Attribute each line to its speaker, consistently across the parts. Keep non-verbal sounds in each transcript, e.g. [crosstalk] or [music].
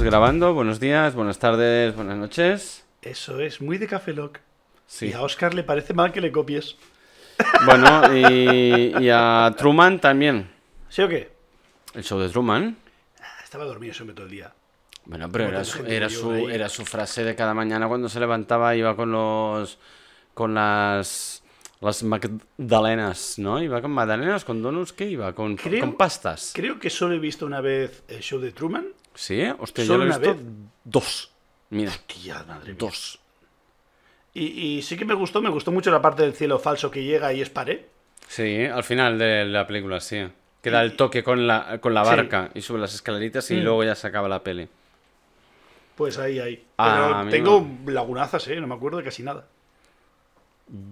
Speaker 1: acabando. Buenos días, buenas tardes, buenas noches.
Speaker 2: Eso es, muy de Café Lock.
Speaker 1: Sí.
Speaker 2: Y a Oscar le parece mal que le copies.
Speaker 1: Bueno, y, y a Truman también.
Speaker 2: ¿Sí o qué?
Speaker 1: El show de Truman.
Speaker 2: Ah, Estaba dormido siempre todo el día.
Speaker 1: Bueno, pero
Speaker 2: Como
Speaker 1: era
Speaker 2: tanta
Speaker 1: su,
Speaker 2: gente
Speaker 1: era,
Speaker 2: que yo
Speaker 1: su,
Speaker 2: veía.
Speaker 1: era su frase de cada mañana cuando se levantaba, iba con los. con las. las magdalenas, ¿no? Iba con magdalenas, con donuts, ¿qué iba? Con,
Speaker 2: Creo-
Speaker 1: con pastas.
Speaker 2: Creo que solo he visto una vez el show de Truman.
Speaker 1: Sí, hostia, yo lo
Speaker 2: ¿Solo
Speaker 1: he
Speaker 2: una
Speaker 1: visto
Speaker 2: vez?
Speaker 1: dos. Mira,
Speaker 2: Tía, madre mía.
Speaker 1: dos.
Speaker 2: Y, y sí que me gustó, me gustó mucho la parte del cielo falso que llega y es paré.
Speaker 1: Sí, al final de la película, sí. Que da el toque con la, con la
Speaker 2: Sí. Mm.
Speaker 1: barca y sube las escaleritas y luego ya se acaba la peli.
Speaker 2: Pues ahí, ahí. Pero
Speaker 1: Ah,
Speaker 2: tengo
Speaker 1: amigo.
Speaker 2: lagunazas, ¿eh? No me acuerdo de casi nada.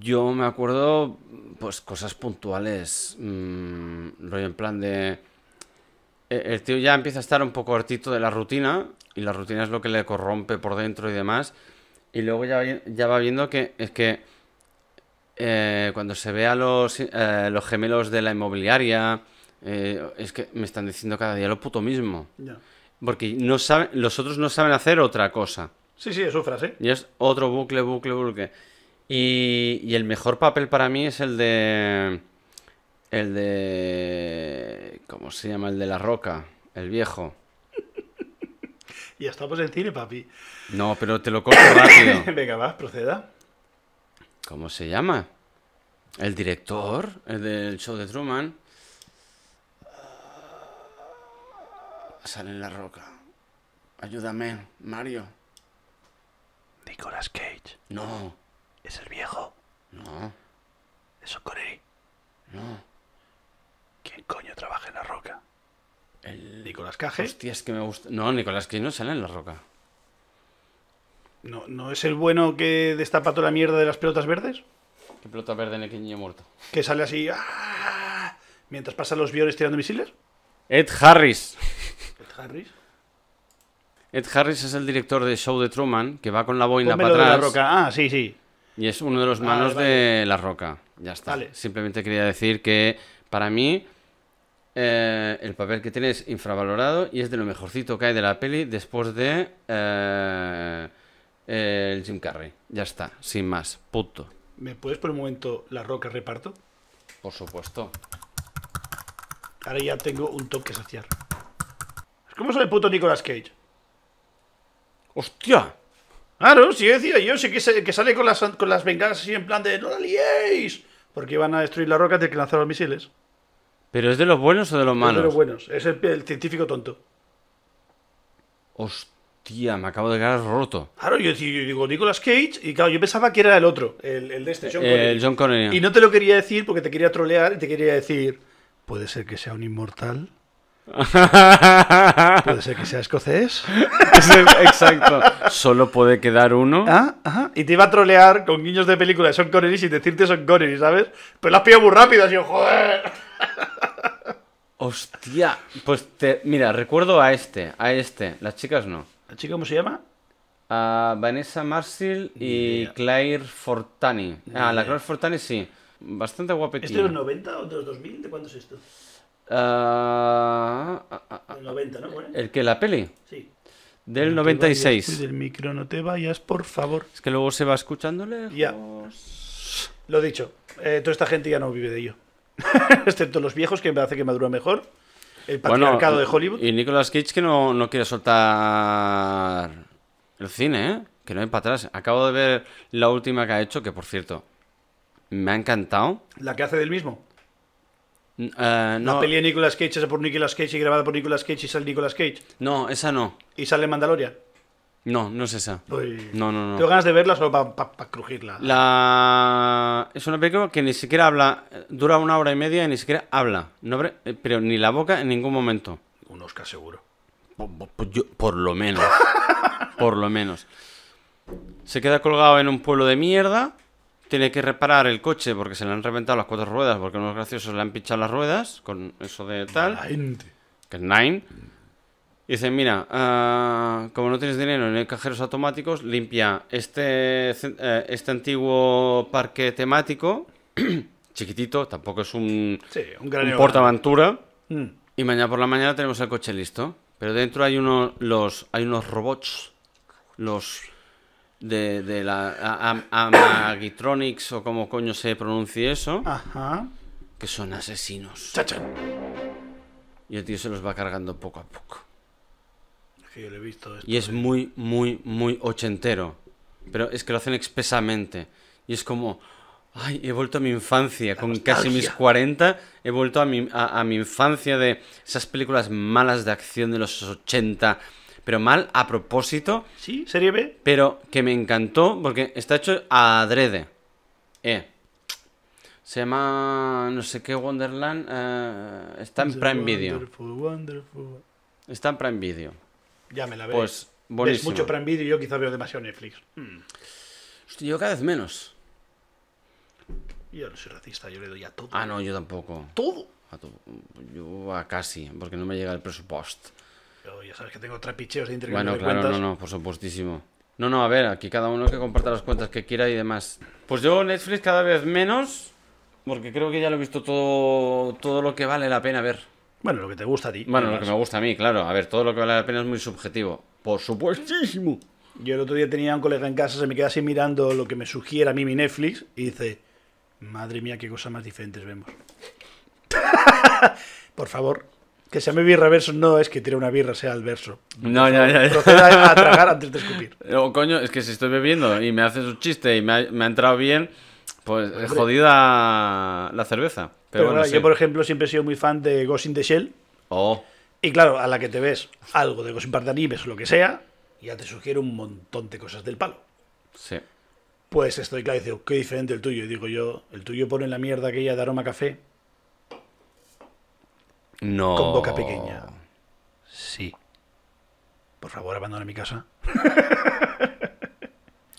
Speaker 1: Yo me acuerdo, pues, cosas puntuales. mm, rollo en plan de. e- El tío ya empieza a estar un poco hartito de la rutina. Y la rutina es lo que le corrompe por dentro y demás. Y luego ya, vi- ya va viendo que es que. eh, cuando se ve a los, eh, los gemelos de la inmobiliaria. eh, es que me están diciendo cada día lo puto mismo.
Speaker 2: Ya.
Speaker 1: Porque no saben, los otros no saben hacer otra cosa.
Speaker 2: Sí, sí, es su frase.
Speaker 1: Y es otro bucle, bucle, bucle. Y, y el mejor papel para mí es el de. El de. ¿Cómo se llama? El de la roca. El viejo.
Speaker 2: Ya estamos en cine, papi.
Speaker 1: No, pero te lo corto rápido.
Speaker 2: [laughs] Venga, va, proceda.
Speaker 1: ¿Cómo se llama? El director. El del show de Truman. Sale en la roca. Ayúdame, Mario.
Speaker 2: Nicolas Cage
Speaker 1: No,
Speaker 2: es el viejo.
Speaker 1: no,
Speaker 2: Eso Connery.
Speaker 1: no.
Speaker 2: ¿Quién coño trabaja en la roca? El... Nicolas Cage.
Speaker 1: Hostia, es que me gusta. No, Nicolás, que no sale en la roca.
Speaker 2: No, ¿No es el bueno que destapa toda la mierda de las pelotas verdes?
Speaker 1: Que pelota verde en el que niño muerto.
Speaker 2: Que sale así. ¡ah! Mientras pasan los violes tirando misiles.
Speaker 1: Ed Harris.
Speaker 2: Ed Harris.
Speaker 1: Ed Harris es el director de Show de Truman, que va con la boina
Speaker 2: Pónmelo de
Speaker 1: para
Speaker 2: la
Speaker 1: atrás.
Speaker 2: roca. Ah, sí, sí.
Speaker 1: Y es uno de los manos
Speaker 2: vale.
Speaker 1: de La Roca. Ya está.
Speaker 2: Vale.
Speaker 1: Simplemente quería decir que para mí eh, el papel que tiene es infravalorado y es de lo mejorcito que hay de la peli después de eh, el Jim Carrey. Ya está, sin más. Punto.
Speaker 2: ¿Me puedes por un momento la roca reparto?
Speaker 1: Por supuesto.
Speaker 2: Ahora ya tengo un toque que saciar. ¿Cómo sale el puto Nicolas Cage?
Speaker 1: ¡Hostia!
Speaker 2: Claro, sí, decía yo, sí que, se- que sale con las, con las vengadas así en plan de ¡No la liéis! Porque van a destruir la roca antes que lanzar los misiles.
Speaker 1: ¿Pero es de los buenos o de los malos?
Speaker 2: Es de los buenos. Es el, el científico tonto.
Speaker 1: Hostia, me acabo de quedar roto.
Speaker 2: Claro, yo, yo digo Nicolas Cage y claro, yo pensaba que era el otro, el, el de este, John Connery.
Speaker 1: Eh, El John Connery.
Speaker 2: Y no te lo quería decir porque te quería trolear y te quería decir, puede ser que sea un inmortal,
Speaker 1: [laughs]
Speaker 2: puede ser que sea escocés.
Speaker 1: Ese- Exacto. Solo puede quedar uno.
Speaker 2: Ah, ajá. Y te iba a trolear con guiños de película de Sean Connery sin decirte Sean Connery, ¿sabes? Pero las pillo muy rápido, así, joder.
Speaker 1: Hostia. Pues te, mira, recuerdo a este, a este. Las chicas no.
Speaker 2: ¿La chica cómo se llama?
Speaker 1: A Vanessa Marcil y Claire Fortani. Ah, la Claire Fortani sí. Bastante
Speaker 2: Este ¿Es de
Speaker 1: guapetina.
Speaker 2: los 90 o de los 2000? ¿De cuándo es esto?
Speaker 1: Ah, ah, ah, ah.
Speaker 2: Del 90, ¿no? Bueno,
Speaker 1: ¿El que la peli?
Speaker 2: sí.
Speaker 1: Del
Speaker 2: Uy,
Speaker 1: 96.
Speaker 2: del micro, no te vayas, por favor.
Speaker 1: Es que luego se va escuchando lejos.
Speaker 2: Ya. Lo dicho, eh, toda esta gente ya no vive de ello. [laughs] Excepto los viejos, que me hace que maduran mejor. El patriarcado de Hollywood.
Speaker 1: Y Nicolas Cage que no, no quiere soltar el cine, ¿eh? Que no hay para atrás. Acabo de ver la última que ha hecho, que por cierto, me ha encantado.
Speaker 2: La que hace del mismo.
Speaker 1: N- eh,
Speaker 2: La
Speaker 1: no,
Speaker 2: peli de Nicolas Cage, esa por Nicolas Cage y grabada por Nicolas Cage y sale Nicolas Cage.
Speaker 1: no, esa no.
Speaker 2: Y sale Mandalorian.
Speaker 1: No, no es esa.
Speaker 2: Pues,
Speaker 1: No, no,
Speaker 2: Tengo
Speaker 1: no.
Speaker 2: ganas de verla solo para crujirla.
Speaker 1: La... Es una película que ni siquiera habla, dura una hora y media y ni siquiera habla. No abre- eh, pero ni la boca en ningún momento.
Speaker 2: Un Oscar seguro.
Speaker 1: Po- po- po- Pues, yo- por lo menos. [laughs] Por lo menos. Se queda colgado en un pueblo de mierda. Tiene que reparar el coche porque se le han reventado las cuatro ruedas. Porque unos graciosos le han pinchado las ruedas. Con eso de tal.
Speaker 2: Gente.
Speaker 1: Que es Nine. Y dice, mira, ah, como no tienes dinero en el cajeros automáticos, limpia este, cen- eh, este antiguo parque temático. [clears throat] chiquitito, tampoco es un,
Speaker 2: Sí, un gran
Speaker 1: un
Speaker 2: Eogan.
Speaker 1: portaventura.
Speaker 2: Mm.
Speaker 1: Y mañana por la mañana tenemos el coche listo. Pero dentro hay unos, los, hay unos robots, los de, de la a- am- Amagitronics o como coño se pronuncie eso,
Speaker 2: Ajá.
Speaker 1: que son asesinos.
Speaker 2: Chachan.
Speaker 1: Y el tío se los va cargando poco a poco.
Speaker 2: Es que yo lo he visto. esto.
Speaker 1: Y es muy, muy, muy ochentero. Pero es que lo hacen expresamente. Y es como, ay, he vuelto a mi infancia. Con casi mis
Speaker 2: nostalgia.
Speaker 1: 40, he vuelto a mi, a, a mi infancia de esas películas malas de acción de los 80. Pero mal a propósito,
Speaker 2: ¿Sí? ¿Serie B?
Speaker 1: pero que me encantó porque está hecho a adrede. Eh. Se llama, no sé qué, Wonderland. eh, está en Prime Video.
Speaker 2: Wonderful, wonderful.
Speaker 1: Está en Prime Video.
Speaker 2: Ya me la veré.
Speaker 1: Pues,
Speaker 2: Ves
Speaker 1: buenísimo.
Speaker 2: mucho Prime Video y yo quizá veo demasiado Netflix. Mm.
Speaker 1: Hostia, yo cada vez menos.
Speaker 2: Yo no soy racista, yo le doy a todo.
Speaker 1: Ah, no, yo tampoco.
Speaker 2: Todo.
Speaker 1: A tu- yo a casi, porque no me llega el presupuesto.
Speaker 2: Yo ya sabes que tengo trapicheos de
Speaker 1: Bueno,
Speaker 2: intercambio de
Speaker 1: claro, no,
Speaker 2: cuentas.
Speaker 1: no, por supuestísimo. No, no, a ver, aquí cada uno que comparta las cuentas que quiera y demás. Pues yo Netflix cada vez menos, porque creo que ya lo he visto todo, todo lo que vale la pena ver.
Speaker 2: Bueno, lo que te gusta a ti.
Speaker 1: Bueno, lo
Speaker 2: Además,
Speaker 1: que me gusta a mí, claro. A ver, todo lo que vale la pena es muy subjetivo. Por supuestísimo.
Speaker 2: Yo el otro día tenía un colega en casa, se me queda así mirando lo que me sugiere a mí mi Netflix y dice, madre mía, qué cosas más diferentes vemos. [laughs] Por favor, que se llame birra verso no es que tire una birra sea al verso.
Speaker 1: No, ya, ya, ya.
Speaker 2: Proceda a tragar antes de escupir.
Speaker 1: [laughs] Oh, coño, es que si estoy bebiendo y me haces un chiste y me ha, me ha entrado bien, pues eh, jodida la cerveza. Pero,
Speaker 2: Pero,
Speaker 1: bueno,
Speaker 2: claro,
Speaker 1: sí.
Speaker 2: yo, por ejemplo, siempre he sido muy fan de Ghost in the Shell.
Speaker 1: Oh.
Speaker 2: Y claro, a la que te ves algo de Ghost in Part de animes o lo que sea, ya te sugiere un montón de cosas del palo.
Speaker 1: Sí.
Speaker 2: Pues estoy claro, dice, qué diferente el tuyo. Y digo yo, el tuyo pone la mierda aquella de aroma a café
Speaker 1: No.
Speaker 2: con boca pequeña. Sí. Por favor, abandona mi casa.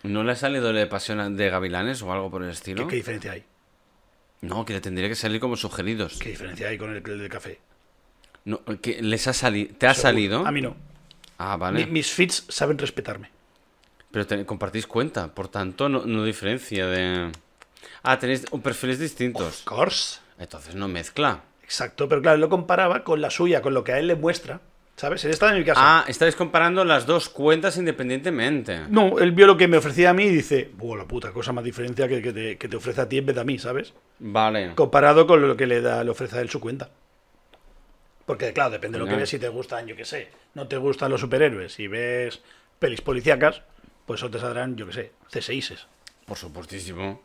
Speaker 1: ¿No le ha salido la pasión de gavilanes o algo por el
Speaker 2: ¿Qué,
Speaker 1: estilo?
Speaker 2: qué diferencia hay?
Speaker 1: No, que le tendría que salir como sugeridos.
Speaker 2: ¿Qué diferencia hay con el, el del café?
Speaker 1: No, que les ha salido. ¿Te ha salido?
Speaker 2: A mí no.
Speaker 1: Ah,
Speaker 2: Mi-
Speaker 1: vale.
Speaker 2: mis fits saben respetarme.
Speaker 1: Pero te- compartís cuenta, por tanto, no, no diferencia de. Ah, tenéis un- perfiles distintos.
Speaker 2: Course.
Speaker 1: Entonces no mezcla.
Speaker 2: Exacto, pero claro, lo comparaba con la suya, con lo que a él le muestra. ¿Sabes? Él estaba en mi casa.
Speaker 1: Ah, estáis comparando las dos cuentas independientemente.
Speaker 2: No, él vio lo que me ofrecía a mí y dice, ¡buah, la puta cosa más diferencia que, que te, que te ofrece a ti en vez de a mí, ¿sabes?
Speaker 1: Vale.
Speaker 2: Comparado con lo que le da, le ofrece a él su cuenta. Porque, claro, depende de lo que
Speaker 1: Claro.
Speaker 2: ves, si te gustan, yo qué sé, no te gustan los superhéroes, si ves pelis policíacas, pues eso te saldrán, yo qué sé, CSIs.
Speaker 1: Por supuestísimo.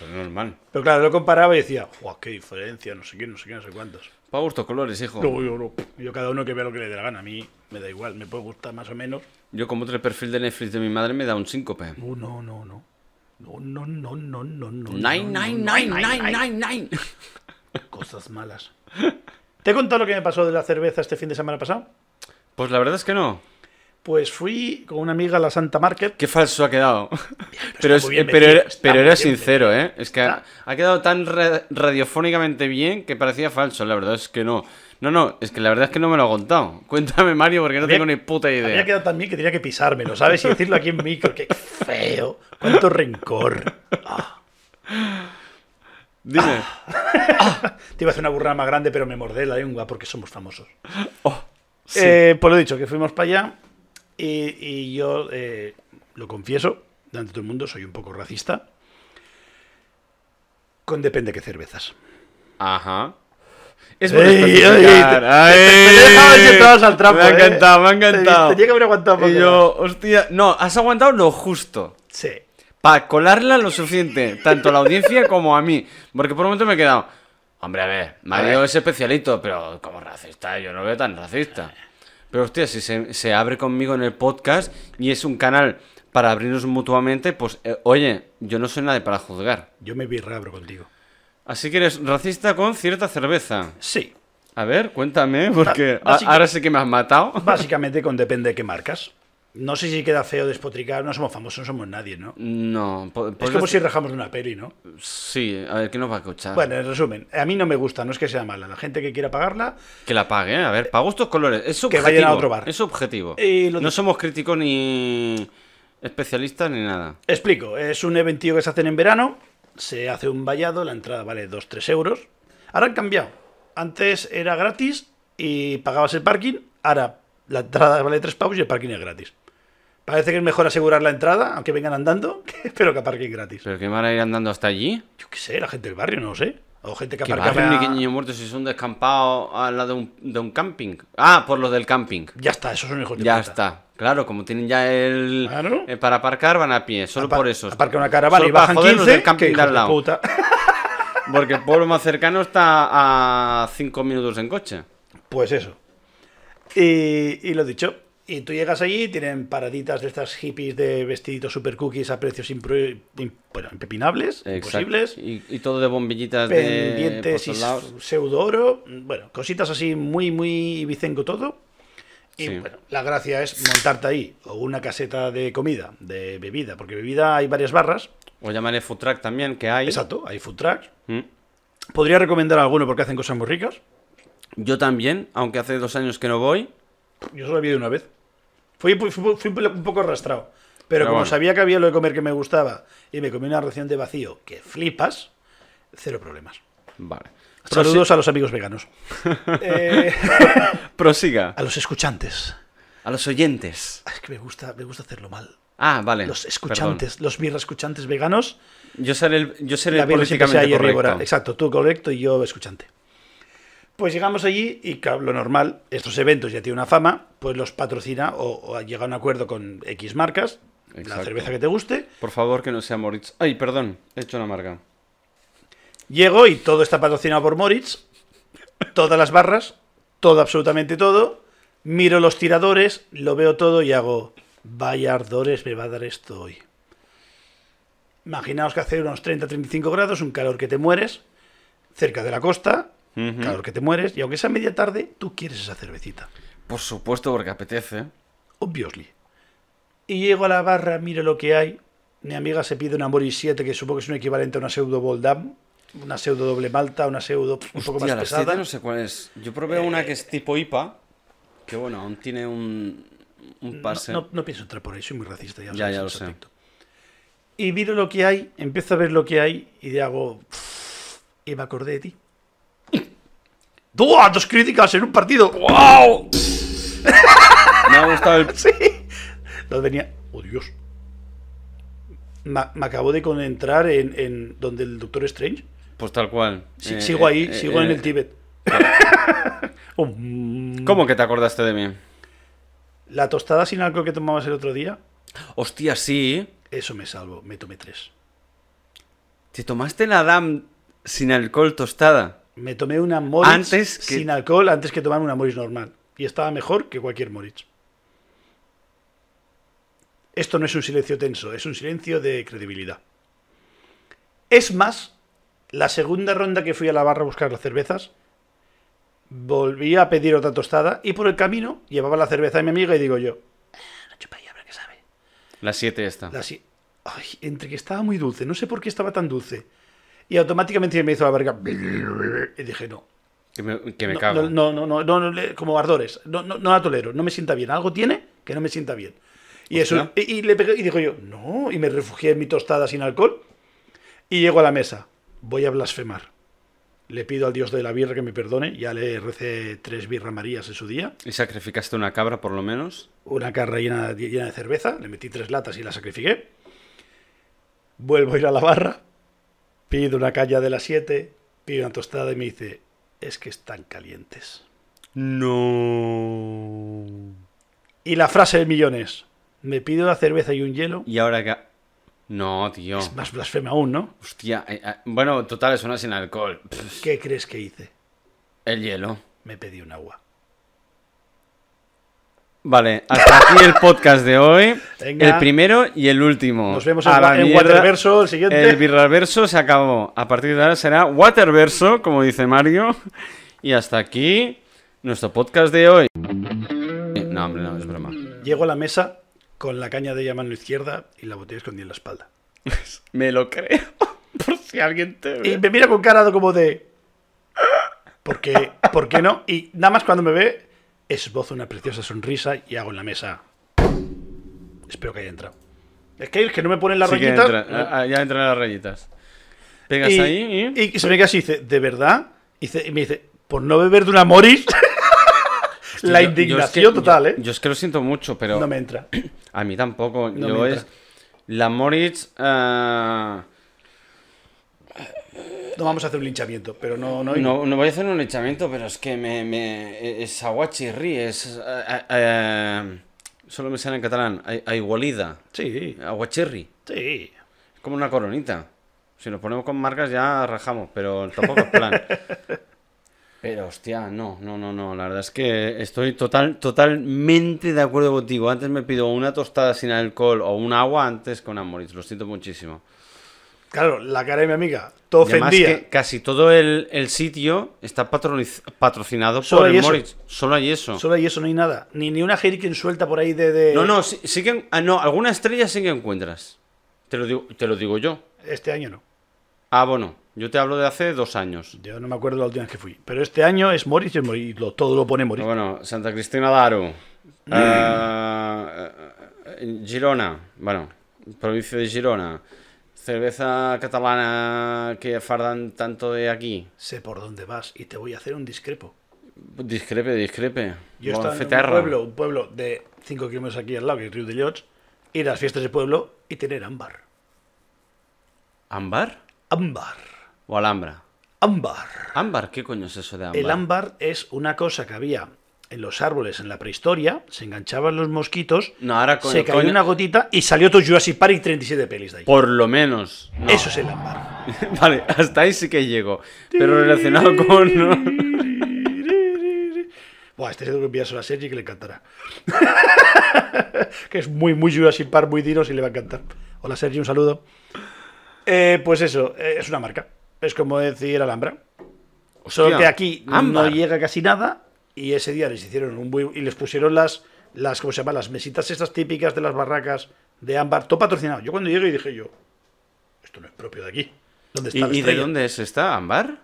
Speaker 1: Pero normal.
Speaker 2: Pero claro, lo comparaba y decía, ¡guau, qué diferencia! No sé qué, no sé qué, no sé cuántos.
Speaker 1: Pa' gusto colores, hijo.
Speaker 2: No, yo no. Yo cada uno que vea lo que le dé la gana, a mí me da igual, me puede gustar más o menos.
Speaker 1: Yo como otro perfil de Netflix de mi madre me da un síncope.
Speaker 2: No, no, no, no. No, no, no, no, no, no.
Speaker 1: Nine,
Speaker 2: no,
Speaker 1: nine,
Speaker 2: no,
Speaker 1: nine,
Speaker 2: no,
Speaker 1: nine,
Speaker 2: no,
Speaker 1: nine, nine.
Speaker 2: Cosas malas. ¿Te he contado lo que me pasó de la cerveza este fin de semana pasado?
Speaker 1: Pues la verdad es que no.
Speaker 2: Pues fui con una amiga a la Santa Market.
Speaker 1: Qué falso ha quedado. [laughs] Pero, es-
Speaker 2: muy bien
Speaker 1: eh, pero
Speaker 2: metido,
Speaker 1: era,
Speaker 2: está
Speaker 1: pero
Speaker 2: muy
Speaker 1: era
Speaker 2: bien
Speaker 1: sincero, ¿eh? Es que ha,
Speaker 2: Está.
Speaker 1: ha quedado tan ra- radiofónicamente bien que parecía falso. La verdad es que no. No, no, es que la verdad es que no me lo ha contado. [laughs] Cuéntame, Mario, porque no
Speaker 2: Había-
Speaker 1: tengo ni puta
Speaker 2: Había
Speaker 1: idea.
Speaker 2: quedado también que tenía que pisármelo, ¿sabes? Y decirlo aquí en micro. ¡Qué feo! ¡Cuánto rencor! Ah.
Speaker 1: Dime.
Speaker 2: Te iba a hacer una burrada más grande, pero me mordé la lengua porque somos famosos.
Speaker 1: Oh, sí.
Speaker 2: Eh, pues lo dicho, que fuimos para allá y, y yo eh, lo confieso, delante de todo el mundo, soy un poco racista. Con depende qué cervezas. Ah.
Speaker 1: Ajá. Es
Speaker 2: Ey,
Speaker 1: bueno
Speaker 2: ey,
Speaker 1: especificar.
Speaker 2: te-
Speaker 1: Ay,
Speaker 2: te dejaba que entrabas al trapo,
Speaker 1: Me ha
Speaker 2: eh.
Speaker 1: encantado, me ha
Speaker 2: Te-
Speaker 1: encantado.
Speaker 2: tenía que haber aguantado un poco
Speaker 1: Y yo, hostia, no, has aguantado lo justo.
Speaker 2: Sí.
Speaker 1: Para colarla lo suficiente, tanto a la audiencia como a mí. Porque por un momento me he quedado. Hombre, a ver, Mario es especialito, pero como racista, yo no lo veo tan racista. Pero hostia, si se, se abre conmigo en el podcast y es un canal para abrirnos mutuamente, pues eh, oye, yo no soy nadie para juzgar.
Speaker 2: Yo me birrabro contigo.
Speaker 1: Así que eres racista con cierta cerveza.
Speaker 2: Sí.
Speaker 1: A ver, cuéntame, porque
Speaker 2: Ba-
Speaker 1: a-
Speaker 2: básica-
Speaker 1: ahora sí que me has matado.
Speaker 2: Básicamente con depende de qué marcas. No sé si queda feo despotricar, no somos famosos, no somos nadie, ¿no?
Speaker 1: No, Ah. po-
Speaker 2: Es
Speaker 1: pues
Speaker 2: como
Speaker 1: es-
Speaker 2: si rajamos de una peli, ¿no?
Speaker 1: Sí, a ver, ¿qué nos va a escuchar?
Speaker 2: Bueno, en resumen, a mí no me gusta, no es que sea mala. La gente que quiera pagarla,
Speaker 1: Que la pague, ¿eh? a ver, para gustos colores. Es
Speaker 2: Que
Speaker 1: subjetivo.
Speaker 2: vayan a otro bar.
Speaker 1: Es subjetivo.
Speaker 2: Y lo
Speaker 1: No
Speaker 2: dicho.
Speaker 1: somos críticos ni especialistas ni nada.
Speaker 2: Explico, es un eventillo que se hacen en verano, se hace un vallado, la entrada vale 2-3 euros. Ahora han cambiado. Antes era gratis y pagabas el parking, ahora La entrada vale 3 pavos y el parking es gratis. Parece que es mejor asegurar la entrada, aunque vengan andando, [laughs] pero que aparquen gratis.
Speaker 1: ¿Pero que van a ir andando hasta allí?
Speaker 2: Yo qué sé, la gente del barrio, no lo sé. O gente que
Speaker 1: ¿Qué
Speaker 2: aparca.
Speaker 1: barrio ni qué
Speaker 2: para-
Speaker 1: niño muerto si es un descampado al lado de un, de un camping? Ah, por lo del camping.
Speaker 2: Ya está, esos son hijos de
Speaker 1: Ya
Speaker 2: puta.
Speaker 1: está. Claro, como tienen ya el.
Speaker 2: Claro.
Speaker 1: eh, para aparcar van a pie, solo
Speaker 2: Apa-
Speaker 1: por eso.
Speaker 2: Aparca una caravana
Speaker 1: Solo
Speaker 2: y
Speaker 1: para
Speaker 2: bajan
Speaker 1: joder los
Speaker 2: 15.
Speaker 1: del camping
Speaker 2: que
Speaker 1: de
Speaker 2: hijos
Speaker 1: al
Speaker 2: de
Speaker 1: lado.
Speaker 2: puta.
Speaker 1: Porque el pueblo más cercano está a 5 minutos en coche.
Speaker 2: Pues eso. Y, y lo dicho. Y tú llegas allí, tienen paraditas de estas hippies de vestiditos super cookies a precios impro- im- bueno, impepinables,
Speaker 1: Exacto.
Speaker 2: imposibles,
Speaker 1: Y, y todo de bombillitas de. por
Speaker 2: pendientes y
Speaker 1: todos lados.
Speaker 2: pseudo oro, bueno, cositas así muy, muy ibicenco todo. Y
Speaker 1: Sí.
Speaker 2: bueno, la gracia es montarte ahí, o una caseta de comida, de bebida, porque bebida hay varias barras.
Speaker 1: O llamaré food truck también, que hay.
Speaker 2: Exacto, hay food trucks.
Speaker 1: Mm.
Speaker 2: Podría recomendar alguno porque hacen cosas muy ricas.
Speaker 1: Yo también, aunque hace dos años que no voy.
Speaker 2: Yo solo he ido una vez. Fui, fui- fui- fui un poco arrastrado. Pero
Speaker 1: Pero
Speaker 2: como
Speaker 1: bueno.
Speaker 2: sabía que había lo de comer que me gustaba y me comí una ración de vacío que flipas, cero problemas.
Speaker 1: Vale.
Speaker 2: Saludos a los
Speaker 1: [laughs]
Speaker 2: amigos veganos. Eh,
Speaker 1: Prosiga.
Speaker 2: a los escuchantes.
Speaker 1: A los oyentes.
Speaker 2: Ah, Es que me gusta, me gusta hacerlo mal.
Speaker 1: Ah, vale.
Speaker 2: Los
Speaker 1: perdón.
Speaker 2: escuchantes, los birra escuchantes veganos.
Speaker 1: Yo seré el, yo seré
Speaker 2: La
Speaker 1: el
Speaker 2: Virgen siempre
Speaker 1: políticamente
Speaker 2: sea herbívora.
Speaker 1: correcto.
Speaker 2: Exacto, tú correcto y yo escuchante. Pues llegamos allí y claro, lo normal, estos eventos ya tienen una fama, pues los patrocina o, o llega a un acuerdo con X marcas, la
Speaker 1: Exacto.
Speaker 2: cerveza que te guste.
Speaker 1: Por favor, que no sea Moritz. Ay, perdón, he hecho una marca.
Speaker 2: Llego y todo está patrocinado por Moritz, todas las barras, todo, absolutamente todo. Miro los tiradores, lo veo todo y hago, vaya ardores me va a dar esto hoy. Imaginaos que hace unos 30-35 grados, un calor que te mueres, cerca de la costa,
Speaker 1: Ujú.
Speaker 2: calor que te mueres, y aunque sea media tarde, tú quieres esa cervecita.
Speaker 1: Por supuesto, porque apetece.
Speaker 2: Obviously. Y llego a la barra, miro lo que hay. Mi amiga se pide una Moris 7, que supongo que es un equivalente a una pseudo Boldam, una pseudo doble malta, una pseudo un poco
Speaker 1: Tía,
Speaker 2: más
Speaker 1: la
Speaker 2: pesada. Eh,
Speaker 1: siete no sé cuál es. Yo probé una que es tipo IPA, que bueno, aún tiene un, un
Speaker 2: No,
Speaker 1: pase.
Speaker 2: no- no pienso entrar por ahí, soy muy racista.
Speaker 1: Ya,
Speaker 2: Ya, sabes,
Speaker 1: ya
Speaker 2: en
Speaker 1: lo
Speaker 2: ese
Speaker 1: sé.
Speaker 2: aspecto. Y miro lo que hay, empiezo a ver lo que hay y le hago. Y me acordé de ti. [laughs] ¡Buah! Dos críticas en un partido. ¡Wow!
Speaker 1: Me ha gustado el...
Speaker 2: [laughs] Sí. Lo venía. ¡Oh, Dios! Me, me acabo de entrar en, en donde el Doctor Strange.
Speaker 1: Pues tal cual.
Speaker 2: Sí,
Speaker 1: Eh,
Speaker 2: sigo ahí,
Speaker 1: eh,
Speaker 2: sigo en
Speaker 1: eh,
Speaker 2: el Tíbet. [laughs] Oh, mm.
Speaker 1: ¿Cómo que te acordaste de mí?
Speaker 2: La tostada sin alcohol que tomabas el otro día,
Speaker 1: Hostia, sí.
Speaker 2: eso me salvo, me tomé tres.
Speaker 1: ¿Te tomaste la DAM sin alcohol tostada?
Speaker 2: Me tomé una Moritz
Speaker 1: Antes que-
Speaker 2: sin alcohol antes que tomar una Moritz normal. Y estaba mejor que cualquier Moritz. Esto no es un silencio tenso, es un silencio de credibilidad. Es más, la segunda ronda que fui a la barra a buscar las cervezas, volví a pedir otra tostada y por el camino llevaba la cerveza de mi amiga y digo yo, "Ah, una chupalla, a ver qué sabe.
Speaker 1: La 7 esta.
Speaker 2: La si- Ay, entre que estaba muy dulce, no sé por qué estaba tan dulce. Y automáticamente me hizo la verga. Y dije, no,
Speaker 1: Que me, que me
Speaker 2: no,
Speaker 1: cago.
Speaker 2: No, no, no, no, no, le- como ardores. No, no, no la tolero, no me sienta bien. Algo tiene que no me sienta bien. Y eso,
Speaker 1: Hostia.
Speaker 2: y, y le pegué, y dijo yo, no, y me refugié en mi tostada sin alcohol. Y llego a la mesa, voy a blasfemar. Le pido al dios de la birra que me perdone, ya le recé tres birra marías en su día,
Speaker 1: ¿Y sacrificaste una cabra por lo menos?
Speaker 2: una carra llena, llena de cerveza, le metí tres latas y la sacrifiqué. Vuelvo a ir a la barra, pido una calla de las siete, pido una tostada y me dice, es que están calientes.
Speaker 1: No.
Speaker 2: Y la frase de millones. Me pido una cerveza y un hielo.
Speaker 1: Y ahora que... No, tío.
Speaker 2: Es más blasfema aún, ¿no?
Speaker 1: Hostia. eh, eh, Bueno, total, es una sin alcohol. Pff,
Speaker 2: ¿Qué crees que hice?
Speaker 1: el hielo.
Speaker 2: Me pedí un agua.
Speaker 1: Vale, hasta aquí el podcast de hoy.
Speaker 2: Venga.
Speaker 1: El primero y el último.
Speaker 2: Nos vemos en
Speaker 1: A la
Speaker 2: Wa- en
Speaker 1: mierda.
Speaker 2: Waterverso, el siguiente.
Speaker 1: El Birraverso se acabó. A partir de ahora será Waterverso, como dice Mario. Y hasta aquí nuestro podcast de hoy. No, hombre, no, es broma.
Speaker 2: Llego a la mesa con la caña de ella a mano izquierda y la botella escondida en la espalda.
Speaker 1: Me lo
Speaker 2: [laughs]
Speaker 1: creo. Por si alguien te
Speaker 2: Y
Speaker 1: ve.
Speaker 2: me mira con cara de como de... ¿Por qué, ¿Por qué no? Y nada más cuando me ve, esbozo una preciosa sonrisa y hago en la mesa. Espero que haya entrado. Es que, es que no me ponen la
Speaker 1: Sí que
Speaker 2: rayita.
Speaker 1: entra- ah, ya entran las rayitas. Pegas
Speaker 2: y,
Speaker 1: ahí ¿eh? y... [laughs]
Speaker 2: y se me queda así, dice, ¿de verdad? Y, dice- y me dice, ¿por no beber de una Moris? la indignación total,
Speaker 1: yo,
Speaker 2: ¿eh?
Speaker 1: Yo es que lo siento mucho, pero
Speaker 2: No me entra.
Speaker 1: a mí tampoco.
Speaker 2: No
Speaker 1: yo
Speaker 2: me
Speaker 1: es.
Speaker 2: entra.
Speaker 1: La Moritz. ah,
Speaker 2: No vamos a hacer un linchamiento, pero no... No,
Speaker 1: No, no voy a hacer un echamiento, pero es que me, me- es aguachirri, es... eh, eh, solo me sale en catalán, a- aigualida,
Speaker 2: Sí,
Speaker 1: aguachirri,
Speaker 2: sí.
Speaker 1: es como una coronita. Si nos ponemos con marcas ya rajamos, pero tampoco es plan. Pero hostia, no, no, no, no, la verdad es que estoy total, totalmente de acuerdo contigo. Antes me pido una tostada sin alcohol o un agua antes que una moritz, lo siento muchísimo.
Speaker 2: Claro, la cara de mi amiga. Todo
Speaker 1: Y además
Speaker 2: ofendía.
Speaker 1: que casi todo el, el sitio está patroniz- patrocinado
Speaker 2: Solo
Speaker 1: por
Speaker 2: hay
Speaker 1: el
Speaker 2: eso.
Speaker 1: Moritz. Solo hay eso.
Speaker 2: Solo hay eso, no hay nada. Ni, ni una Heineken suelta por ahí de... de-
Speaker 1: No, no, sí, sí que... ah, no, alguna estrella sí que encuentras. Te lo, digo, te lo digo yo.
Speaker 2: Este año no.
Speaker 1: Ah, bueno, yo te hablo de hace dos años.
Speaker 2: Yo no me acuerdo la última vez que fui. Pero este año es Moritz y es Moritz. Lo- todo lo pone
Speaker 1: Pero
Speaker 2: Moritz. Mm.
Speaker 1: Bueno, Santa Cristina d'Aro. ah, Girona, bueno, provincia de Girona. Cerveza catalana que fardan tanto de aquí.
Speaker 2: Sé por dónde vas y te voy a hacer un discrepo.
Speaker 1: Discrepe, discrepe.
Speaker 2: Yo estaba en un
Speaker 1: Bonfeterra.
Speaker 2: pueblo, un pueblo de 5 kilómetros aquí al lado, que es Río de Llots, ir a las fiestas de pueblo y tener ámbar.
Speaker 1: ¿Ámbar?
Speaker 2: Ámbar.
Speaker 1: ¿O Alhambra?
Speaker 2: Ámbar.
Speaker 1: Ámbar, ¿qué coño es eso de ámbar?
Speaker 2: El ámbar es una cosa que había en los árboles en la prehistoria, se enganchaban los mosquitos,
Speaker 1: No, ahora con
Speaker 2: se
Speaker 1: el
Speaker 2: cayó
Speaker 1: coño-
Speaker 2: una gotita y salió todo Jurassic Park y 37 pelis de ahí.
Speaker 1: Por lo menos. No.
Speaker 2: Eso es el ámbar.
Speaker 1: [laughs] Vale, hasta ahí sí que llego. Pero relacionado con. ¿no?
Speaker 2: Buah, este seguro que envías a Sergi que le encantará. [laughs] que es muy, muy Jurassic Park, muy dinos y le va a encantar. Hola Sergi, un saludo. Eh, pues eso, eh, es una marca. Es como decir Alhambra. Solo
Speaker 1: Hostia,
Speaker 2: que aquí no
Speaker 1: ámbar.
Speaker 2: llega casi nada y ese día les hicieron un bui- y les pusieron las, las ¿cómo se llama? Las mesitas estas típicas de las barracas de ámbar, todo patrocinado. Yo cuando llegué dije yo, esto no es propio de aquí. ¿Dónde está
Speaker 1: ¿Y,
Speaker 2: la
Speaker 1: y de
Speaker 2: estrella?
Speaker 1: dónde es esta? ¿Ámbar?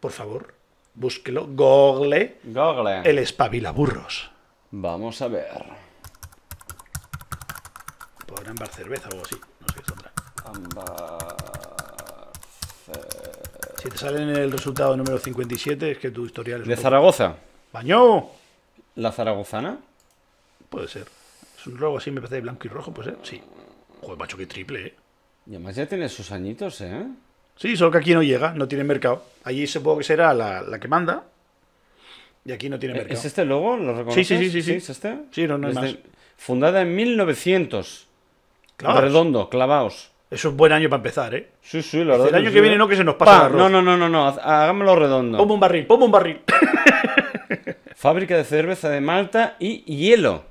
Speaker 2: Por favor, búsquelo, google
Speaker 1: Google.
Speaker 2: el espabilaburros.
Speaker 1: Vamos a ver.
Speaker 2: Por ámbar cerveza o algo así, no sé qué saldrá.
Speaker 1: Ámbar.
Speaker 2: Si te sale en el resultado número 57 es que tu historial es...
Speaker 1: ¿De
Speaker 2: un poco-
Speaker 1: Zaragoza?
Speaker 2: ¡Baño!
Speaker 1: ¿La zaragozana?
Speaker 2: Puede ser. Es un rojo así, me parece de blanco y rojo, pues ser. Sí. Joder, macho, qué triple, ¿eh?
Speaker 1: Y además ya tiene sus añitos, ¿eh?
Speaker 2: Sí, solo que aquí no llega, no tiene mercado. Allí supongo que será la, la que manda. Y aquí no tiene mercado.
Speaker 1: ¿Es este logo? ¿Lo reconoces?
Speaker 2: sí, sí, sí, sí.
Speaker 1: ¿Es este?
Speaker 2: Sí, no, no hay
Speaker 1: Desde-
Speaker 2: más.
Speaker 1: Fundada en 1900.
Speaker 2: Clavaos.
Speaker 1: Redondo, clavaos.
Speaker 2: Eso es un buen año para empezar, ¿eh?
Speaker 1: Sí, sí, la verdad.
Speaker 2: el año
Speaker 1: sí.
Speaker 2: que viene no, que se nos pasa
Speaker 1: Pa,
Speaker 2: el arroz.
Speaker 1: No, no, no, no, no, haz- hagámoslo redondo.
Speaker 2: Ponme un barril, ponme un barril. [coughs]
Speaker 1: Fábrica de cerveza de Malta y hielo.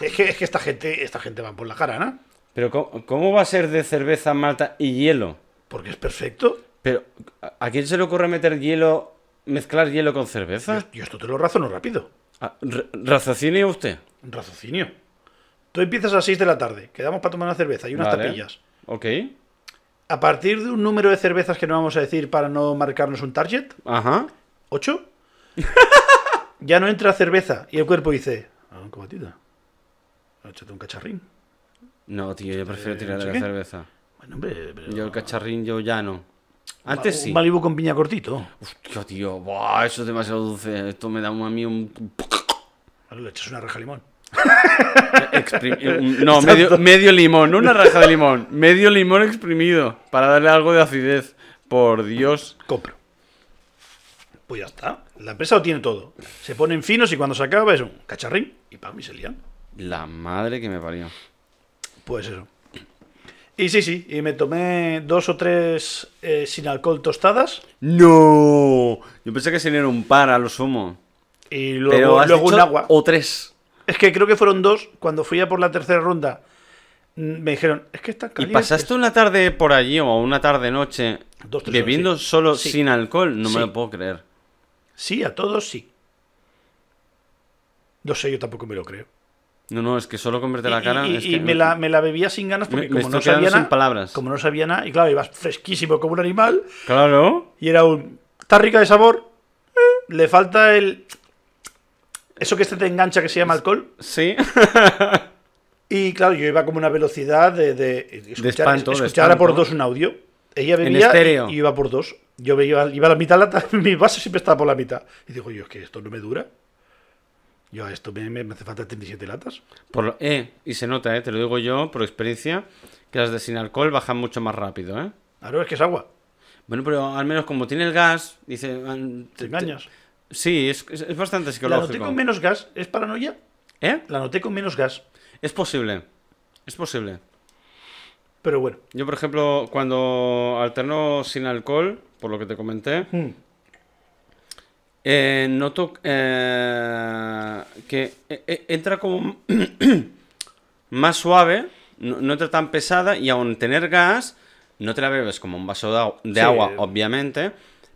Speaker 2: es, que, es que esta gente esta gente va por la cara, ¿no?
Speaker 1: Pero ¿cómo, cómo va a ser de cerveza, malta y hielo?
Speaker 2: Porque es perfecto.
Speaker 1: Pero ¿a a quién se le ocurre meter hielo, mezclar hielo con cerveza?
Speaker 2: Yo, yo esto te lo razono rápido.
Speaker 1: Ah, ra- ¿Raciocine usted?
Speaker 2: Un raciocinio. Tú empiezas a las 6 de la tarde, quedamos para tomar una cerveza y unas
Speaker 1: Vale.
Speaker 2: tapillas.
Speaker 1: Ok.
Speaker 2: A partir de un número de cervezas que no vamos a decir para no marcarnos un target,
Speaker 1: Ajá. [laughs]
Speaker 2: ¿Ocho? ya no entra cerveza y el cuerpo dice, ah, un cobatita. Échate un cacharrín.
Speaker 1: No, tío, yo prefiero
Speaker 2: Eh,
Speaker 1: tirar de
Speaker 2: ¿sí
Speaker 1: la
Speaker 2: qué?
Speaker 1: cerveza.
Speaker 2: Bueno, hombre, pero-
Speaker 1: Yo el cacharrín, yo ya no. Antes
Speaker 2: un
Speaker 1: sí.
Speaker 2: Malibu con piña cortito.
Speaker 1: Hostia, tío, buah, eso es demasiado dulce. Esto me da un- a mí un...
Speaker 2: Vale, le echas una raja de limón.
Speaker 1: exprim- eh, un- no, medio, medio limón, no una raja de limón. Medio limón exprimido para darle algo de acidez. Por Dios.
Speaker 2: Compro. Pues ya está. La empresa lo tiene todo. Se ponen finos y cuando se acaba es un cacharrín y pam, y se lían.
Speaker 1: La madre que me parió.
Speaker 2: Pues eso. Y sí, sí, y me tomé dos o tres eh, sin alcohol tostadas
Speaker 1: No, yo pensé que serían un par a lo sumo.
Speaker 2: y
Speaker 1: Pero
Speaker 2: luego,
Speaker 1: has
Speaker 2: luego un
Speaker 1: dicho
Speaker 2: agua.
Speaker 1: o tres.
Speaker 2: Es que creo que fueron dos. Cuando fui a por la tercera ronda, mm, me dijeron, es que están
Speaker 1: ¿Y
Speaker 2: calientes.
Speaker 1: pasaste una tarde por allí o una tarde noche
Speaker 2: Dos, tres
Speaker 1: bebiendo
Speaker 2: horas, sí.
Speaker 1: solo
Speaker 2: Sí.
Speaker 1: sin alcohol? No
Speaker 2: Sí.
Speaker 1: me lo puedo creer.
Speaker 2: Sí, a todos sí. No sé, yo tampoco me lo creo.
Speaker 1: No, no, es que solo comerte
Speaker 2: Y,
Speaker 1: la cara.
Speaker 2: y-
Speaker 1: es
Speaker 2: y
Speaker 1: que-
Speaker 2: me, la, me la bebía sin ganas
Speaker 1: Me- me
Speaker 2: porque como
Speaker 1: estoy
Speaker 2: no sabía
Speaker 1: quedando sin
Speaker 2: nada,
Speaker 1: palabras.
Speaker 2: como no sabía nada, y claro, ibas fresquísimo como un animal
Speaker 1: Claro.
Speaker 2: y era un... Está rica de sabor, eh, le falta el... Eso que este te engancha que se llama alcohol.
Speaker 1: Sí.
Speaker 2: Y claro, yo iba como a una velocidad de, de escuchar,
Speaker 1: espanto, de
Speaker 2: escuchar a por
Speaker 1: espanto.
Speaker 2: dos un audio. Ella
Speaker 1: En
Speaker 2: bebía
Speaker 1: estéreo.
Speaker 2: y iba por [laughs] dos. Yo veía- iba, a la mitad, la ta- mi vaso siempre estaba por la mitad. Y digo, yo es que esto no me dura. Yo a esto me, me hace falta 37 latas.
Speaker 1: Por lo- eh, y se nota, eh, te lo digo yo por experiencia, que las de sin alcohol bajan mucho más rápido, ¿eh?
Speaker 2: Claro, es que es agua.
Speaker 1: Bueno, pero al menos como tiene el gas, dice... ah,
Speaker 2: Te
Speaker 1: te-
Speaker 2: engañas.
Speaker 1: te- sí, es, es- es bastante
Speaker 2: La noté
Speaker 1: psicológico.
Speaker 2: con menos gas. ¿Es paranoia?
Speaker 1: ¿Eh?
Speaker 2: La noté con menos gas.
Speaker 1: Es posible, es posible.
Speaker 2: Pero bueno.
Speaker 1: Yo, por ejemplo, cuando alterno sin alcohol, por lo que te comenté,
Speaker 2: Hmm.
Speaker 1: eh, noto eh, que eh, eh, entra como [clears throat] más suave, no, no entra tan pesada y aun tener gas, no te la bebes como un vaso de, agu- de
Speaker 2: Sí.
Speaker 1: agua, obviamente,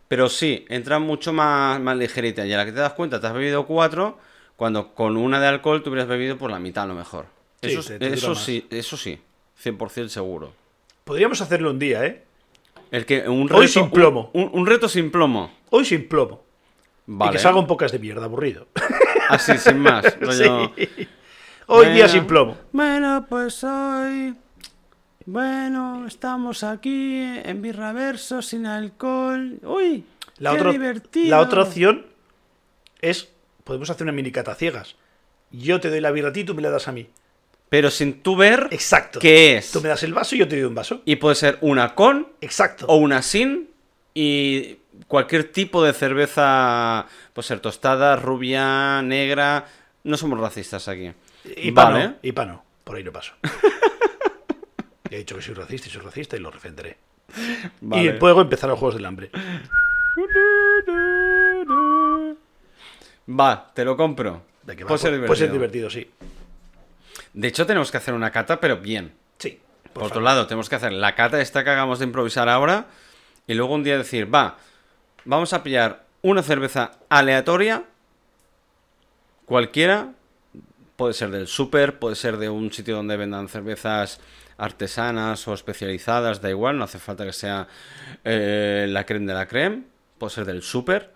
Speaker 1: pero sí, entra mucho más, más ligerita y a la que te das cuenta, te has bebido cuatro, cuando con una de alcohol te hubieras bebido por la mitad a lo mejor.
Speaker 2: Sí,
Speaker 1: eso
Speaker 2: te- te dura
Speaker 1: eso
Speaker 2: más.
Speaker 1: sí, eso sí, 100% seguro.
Speaker 2: Podríamos hacerlo un día, ¿eh?
Speaker 1: El que un
Speaker 2: Hoy
Speaker 1: reto
Speaker 2: sin plomo.
Speaker 1: Un, un reto sin plomo.
Speaker 2: Hoy sin plomo.
Speaker 1: Vale.
Speaker 2: Y que salgan pocas de mierda, aburrido. [laughs]
Speaker 1: Así, sin más. rollo,
Speaker 2: Sí. Hoy día
Speaker 1: bueno,
Speaker 2: sin plomo.
Speaker 1: Bueno, pues hoy. Bueno, estamos aquí en Birraverso sin alcohol. ¡Uy!
Speaker 2: La,
Speaker 1: ¡Qué
Speaker 2: otra-
Speaker 1: divertido!
Speaker 2: la otra opción es, podemos hacer una mini cata ciegas. Yo te doy la birra a ti, tú me la das a mí.
Speaker 1: Pero sin tú ver
Speaker 2: Exacto.
Speaker 1: qué es.
Speaker 2: Tú me das el vaso y yo te doy un vaso.
Speaker 1: Y puede ser una con
Speaker 2: Exacto.
Speaker 1: o una sin. Y cualquier tipo de cerveza. Puede ser tostada, rubia, negra. No somos racistas aquí.
Speaker 2: y pano,
Speaker 1: vale.
Speaker 2: y pano. Por ahí
Speaker 1: [laughs]
Speaker 2: no paso. He dicho que soy racista y soy racista y lo refrendaré.
Speaker 1: vale.
Speaker 2: Y luego empezar los Juegos del Hambre.
Speaker 1: Va, te lo compro.
Speaker 2: De que va,
Speaker 1: Puede ser
Speaker 2: puede ser
Speaker 1: divertido.
Speaker 2: divertido, sí.
Speaker 1: De hecho, tenemos que hacer una cata, pero bien.
Speaker 2: Sí.
Speaker 1: Por, otro lado, tenemos que hacer la cata esta que hagamos de improvisar ahora. Y luego un día decir, va, vamos a pillar una cerveza aleatoria. Cualquiera. Puede ser del súper, puede ser de un sitio donde vendan cervezas artesanas o especializadas, da igual, no hace falta que sea eh, la creme de la creme. Puede ser del súper.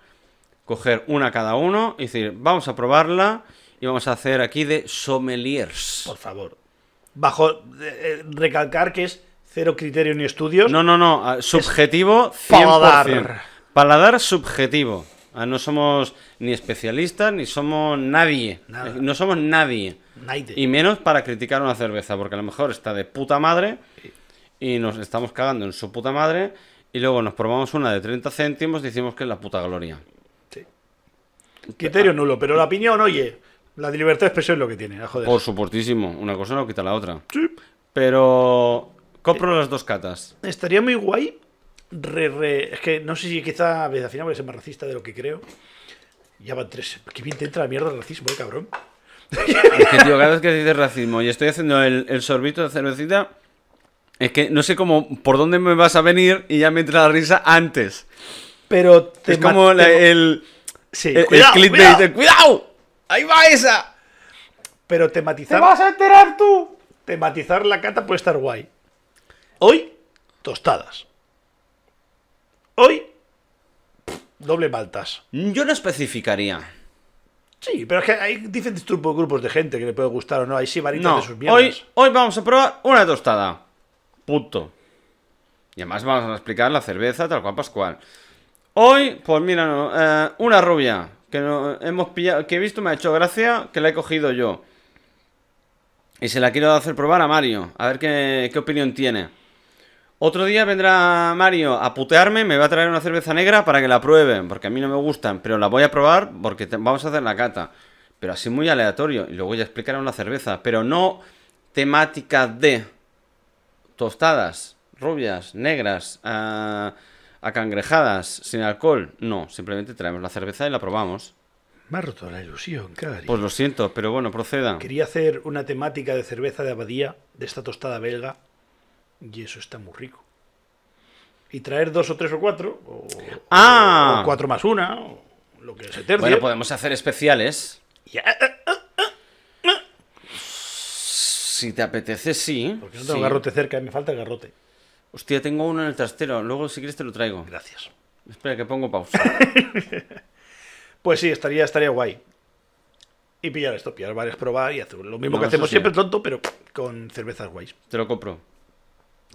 Speaker 1: Coger una cada uno y decir, vamos a probarla y vamos a hacer aquí de sommeliers.
Speaker 2: Por favor. Bajo eh, eh, recalcar que es cero criterio ni estudios.
Speaker 1: No, no, no. ah, Subjetivo, 100%.
Speaker 2: paladar.
Speaker 1: Paladar. subjetivo. Ah, No somos ni especialistas, ni somos nadie.
Speaker 2: Nada.
Speaker 1: Eh, No somos nadie.
Speaker 2: Naide.
Speaker 1: Y menos para criticar una cerveza, porque a lo mejor está de puta madre y nos estamos cagando en su puta madre y luego nos probamos una de 30 céntimos y decimos que es la puta gloria.
Speaker 2: Sí. Criterio nulo, pero la opinión, oye, la de libertad de expresión es lo que tiene, a joder.
Speaker 1: Por supuestísimo, una cosa no quita la otra.
Speaker 2: Sí.
Speaker 1: Pero compro las dos catas.
Speaker 2: Estaría muy guay. re- re- es que no sé si quizá a veces al final voy a ser más racista de lo que creo. Ya van tres. Qué bien te entra la mierda el racismo, eh, cabrón.
Speaker 1: Es que, tío, cada vez que dices racismo y estoy haciendo el, el sorbito de cervecita, es que no sé cómo, por dónde me vas a venir y ya me entra la risa antes.
Speaker 2: Pero te
Speaker 1: es como
Speaker 2: ma-
Speaker 1: la-
Speaker 2: te-
Speaker 1: el,
Speaker 2: Sí,
Speaker 1: el, el
Speaker 2: eh, cuidado,
Speaker 1: clickbait
Speaker 2: cuidado.
Speaker 1: de, ¡Cuidado! ¡Ahí va esa!
Speaker 2: Pero tematizar,
Speaker 1: a enterar tú!
Speaker 2: tematizar la cata puede estar guay. Hoy, tostadas. Hoy, pff, doble maltas.
Speaker 1: Yo no especificaría.
Speaker 2: Sí, pero es que hay diferentes grupos grupos de gente que le puede gustar o no. Hay sí varitas
Speaker 1: No,
Speaker 2: de sus mierdas.
Speaker 1: hoy, hoy vamos a probar una tostada. Punto. Y además vamos a explicar la cerveza tal cual Pascual. Hoy, pues mira, no, eh, una rubia que no, hemos pillado, que he visto me ha hecho gracia, que la he cogido yo. Y se la quiero hacer probar a Mario, a ver qué, qué opinión tiene. Otro día vendrá Mario a putearme, me va a traer una cerveza negra para que la prueben, porque a mí no me gustan, pero la voy a probar porque te- vamos a hacer la cata. Pero así muy aleatorio, y luego ya explicarán la cerveza, pero no temática de tostadas, rubias, negras, ah, acangrejadas, sin alcohol. No, simplemente traemos la cerveza y la probamos.
Speaker 2: Me ha roto la ilusión, cari.
Speaker 1: Pues lo siento, pero bueno, proceda.
Speaker 2: Quería hacer una temática de cerveza de abadía, de esta tostada belga, y eso está muy rico. Y traer dos o tres o cuatro, o,
Speaker 1: Ah.
Speaker 2: o cuatro más una, o lo que se tercie.
Speaker 1: Bueno, pues, podemos hacer especiales.
Speaker 2: Ya, eh, eh,
Speaker 1: Si te apetece, sí.
Speaker 2: porque no tengo
Speaker 1: sí.
Speaker 2: garrote cerca, me falta el garrote.
Speaker 1: Hostia, tengo uno en el trastero. Luego, si quieres, te lo traigo.
Speaker 2: Gracias.
Speaker 1: Espera, que pongo
Speaker 2: [laughs]
Speaker 1: pausa.
Speaker 2: Pues sí, estaría, estaría guay. Y pillar esto, pillar varias, probar y hacer lo mismo
Speaker 1: No,
Speaker 2: que
Speaker 1: eso
Speaker 2: hacemos
Speaker 1: sí.
Speaker 2: siempre tonto, pero con cervezas guays.
Speaker 1: te lo compro.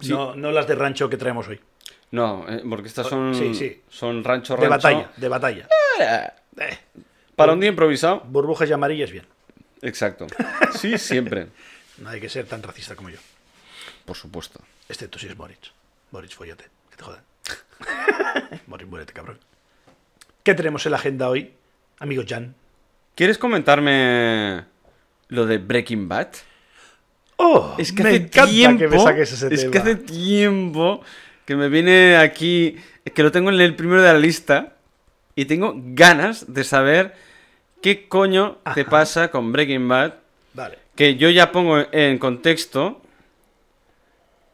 Speaker 1: Sí.
Speaker 2: No, no las de rancho que traemos hoy.
Speaker 1: No, eh, porque estas son,
Speaker 2: Sí, sí.
Speaker 1: son rancho, rancho.
Speaker 2: De batalla, de batalla. Eh,
Speaker 1: Para Para un día improvisado.
Speaker 2: Burbujas y amarillas, bien.
Speaker 1: Exacto. Sí,
Speaker 2: [laughs]
Speaker 1: siempre.
Speaker 2: No hay que ser tan racista como yo.
Speaker 1: Por supuesto.
Speaker 2: Excepto si es Boric. Boric, follate. Que te [laughs] jodan. Boric, muérete, cabrón. ¿Qué tenemos en la agenda hoy, amigo Jan?
Speaker 1: ¿Quieres comentarme lo de Breaking Bad?
Speaker 2: ¡Oh!
Speaker 1: Es que
Speaker 2: me
Speaker 1: hace
Speaker 2: encanta
Speaker 1: tiempo,
Speaker 2: que me saques ese
Speaker 1: es
Speaker 2: tema.
Speaker 1: que hace tiempo que me viene aquí, que lo tengo en el primero de la lista y tengo ganas de saber qué coño te pasa con Breaking Bad,
Speaker 2: Vale.
Speaker 1: que yo ya pongo en contexto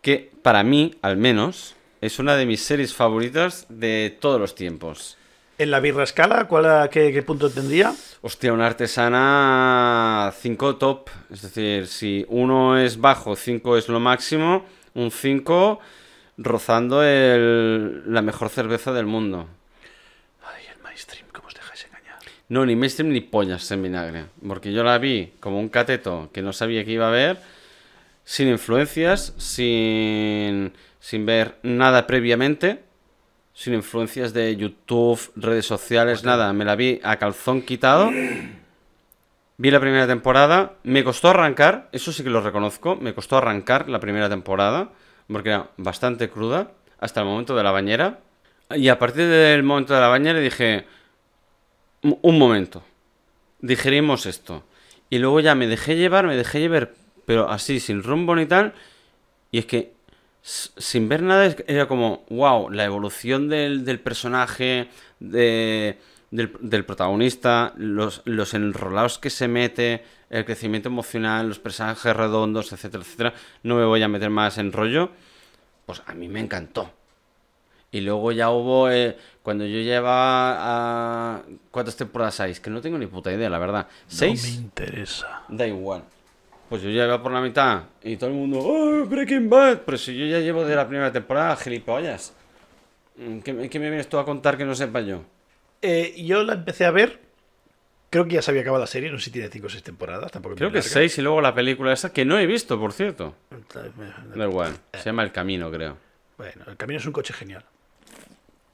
Speaker 1: que para mí, al menos, es una de mis series favoritas de todos los tiempos.
Speaker 2: En la birra escala, ¿cuál, a qué, qué punto tendría?
Speaker 1: Hostia, una artesana 5 top. Es decir, si uno es bajo, 5 es lo máximo. Un 5 rozando el- la mejor cerveza del mundo.
Speaker 2: Ay, el mainstream, ¿cómo os dejáis engañar?
Speaker 1: No, ni mainstream ni pollas en vinagre. Porque yo la vi como un cateto que no sabía que iba a ver. Sin influencias, sin, sin ver nada previamente. Sin influencias de YouTube, redes sociales, nada. Me la vi a calzón quitado. [clears throat] Vi la primera temporada. Me costó arrancar. Eso sí que lo reconozco. Me costó arrancar la primera temporada. Porque era bastante cruda. Hasta el momento de la bañera. Y a partir del momento de la bañera dije... "Un- Un momento. Digerimos esto. Y luego ya me dejé llevar, me dejé llevar. Pero así, sin rumbo ni tal. Y es que s- sin ver nada es que era como, wow, la evolución del, del personaje, de- del, del protagonista, los, los enrolados que se mete, el crecimiento emocional, los personajes redondos, etcétera, etcétera. No me voy a meter más en rollo. Pues a mí me encantó. Y luego ya hubo, eh, cuando yo llevaba a... ¿Cuántas temporadas hay? Es que no tengo ni puta idea, la verdad. ¿Seis?
Speaker 2: No me interesa.
Speaker 1: Da igual. Pues yo ya iba por la mitad y todo el mundo, ¡Oh, Breaking Bad! Pero si yo ya llevo de la primera temporada, gilipollas. Mm, ¿Qué, me- qué me vienes tú a contar que no sepa yo?
Speaker 2: Eh, yo la empecé a ver. Creo que ya se había acabado la serie. No sé si tiene 5 o 6 temporadas. Tampoco es
Speaker 1: Creo
Speaker 2: muy
Speaker 1: que
Speaker 2: larga.
Speaker 1: seis y luego la película esa que no he visto, por cierto. Da
Speaker 2: Bueno,
Speaker 1: igual. Se llama El Camino, creo.
Speaker 2: el camino es un coche genial.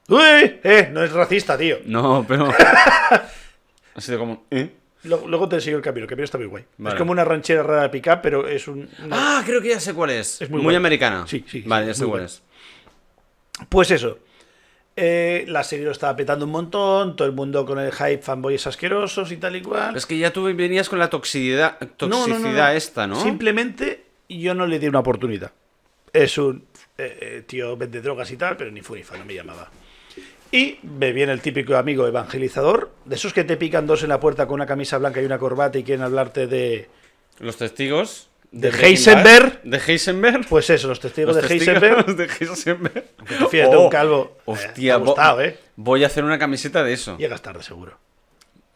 Speaker 2: ¡Uy! ¡Eh! No es racista, tío.
Speaker 1: No,
Speaker 2: [laughs]
Speaker 1: pero... ha sido como... ¿eh?
Speaker 2: Lo- Luego te enseño el camino. El camino está muy guay.
Speaker 1: Vale.
Speaker 2: Es como una ranchera rara de pick-up, pero es un. una-
Speaker 1: Ah, creo que ya sé cuál es.
Speaker 2: Es muy
Speaker 1: muy
Speaker 2: guay.
Speaker 1: americana.
Speaker 2: Sí, sí, sí,
Speaker 1: Vale, ya sé
Speaker 2: muy
Speaker 1: cuál
Speaker 2: guay.
Speaker 1: es.
Speaker 2: Pues eso. Eh, la serie lo estaba petando un montón. Todo el mundo con el hype, fanboys asquerosos y tal y cual.
Speaker 1: Pero es que ya tú venías con la toxicidad,
Speaker 2: No,
Speaker 1: toxicidad
Speaker 2: no, no, no.
Speaker 1: esta, ¿no?
Speaker 2: Simplemente yo no le di una oportunidad. Es un eh, eh, tío vende drogas y tal, pero ni furifa, no me llamaba. Y me viene el típico amigo evangelizador, de esos que te pican dos en la puerta con una camisa blanca y una corbata y quieren hablarte de.
Speaker 1: Los testigos...
Speaker 2: De
Speaker 1: Breaking Bad.
Speaker 2: Heisenberg.
Speaker 1: De Heisenberg.
Speaker 2: Pues eso, los testigos
Speaker 1: Los
Speaker 2: de
Speaker 1: testigos [laughs]
Speaker 2: Heisenberg.
Speaker 1: de Heisenberg. Oh,
Speaker 2: [laughs] Aunque te fíes de un calvo.
Speaker 1: Hostia,
Speaker 2: Eh, me ha gustado,
Speaker 1: vo-
Speaker 2: ¿eh?
Speaker 1: voy a hacer una camiseta de eso.
Speaker 2: Llegas tarde, seguro.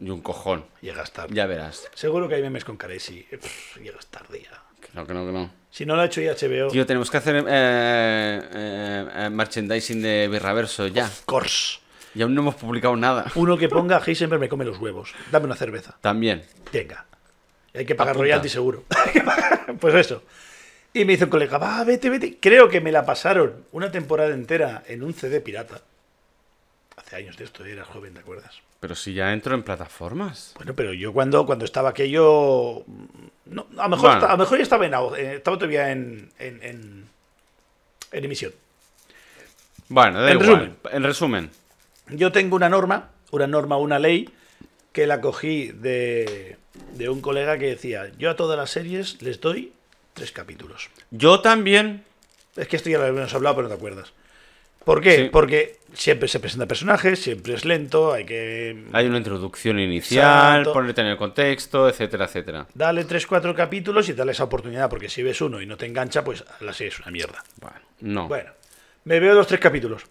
Speaker 1: Y un cojón.
Speaker 2: Llegas tarde.
Speaker 1: Ya verás.
Speaker 2: Seguro que hay memes con Caresi. Pff, Llegas tarde ya.
Speaker 1: Que no, que no, que no.
Speaker 2: Si no lo ha hecho ya HBO,
Speaker 1: Tío, tenemos que hacer eh, eh, eh, merchandising de Birraverso ya.
Speaker 2: Cors.
Speaker 1: Y aún no hemos publicado nada.
Speaker 2: Uno que ponga Heisenberg me come los huevos. Dame una cerveza.
Speaker 1: También.
Speaker 2: Venga. Hay que pagar
Speaker 1: Apunta.
Speaker 2: royalty seguro. [laughs] Hay que pagar- pues eso. Y me hizo un colega, va, vete, vete. Creo que me la pasaron una temporada entera en un CD pirata. Hace años de esto, eras joven, ¿te acuerdas?
Speaker 1: Pero si ya entro en plataformas.
Speaker 2: Bueno, pero yo cuando, cuando estaba aquello. mm, No, a lo mejor,
Speaker 1: Bueno.
Speaker 2: a lo mejor ya estaba en au- eh, estaba todavía en, en, en, en emisión.
Speaker 1: Bueno, da
Speaker 2: En
Speaker 1: igual.
Speaker 2: resumen.
Speaker 1: En resumen.
Speaker 2: Yo tengo una norma, una norma, una ley, que la cogí de, de un colega que decía: Yo a todas las series les doy tres capítulos.
Speaker 1: Yo también.
Speaker 2: Es que esto ya lo habíamos hablado, pero no te acuerdas. ¿Por qué?
Speaker 1: Sí.
Speaker 2: Porque siempre se presenta personajes, siempre es lento, hay que
Speaker 1: Hay una introducción inicial,
Speaker 2: Exacto.
Speaker 1: ponerte en el contexto, etcétera, etcétera.
Speaker 2: darle 3-4 capítulos y darle esa oportunidad, porque si ves uno y no te engancha, pues la serie es una mierda.
Speaker 1: Bueno, no.
Speaker 2: Bueno, me veo los tres capítulos.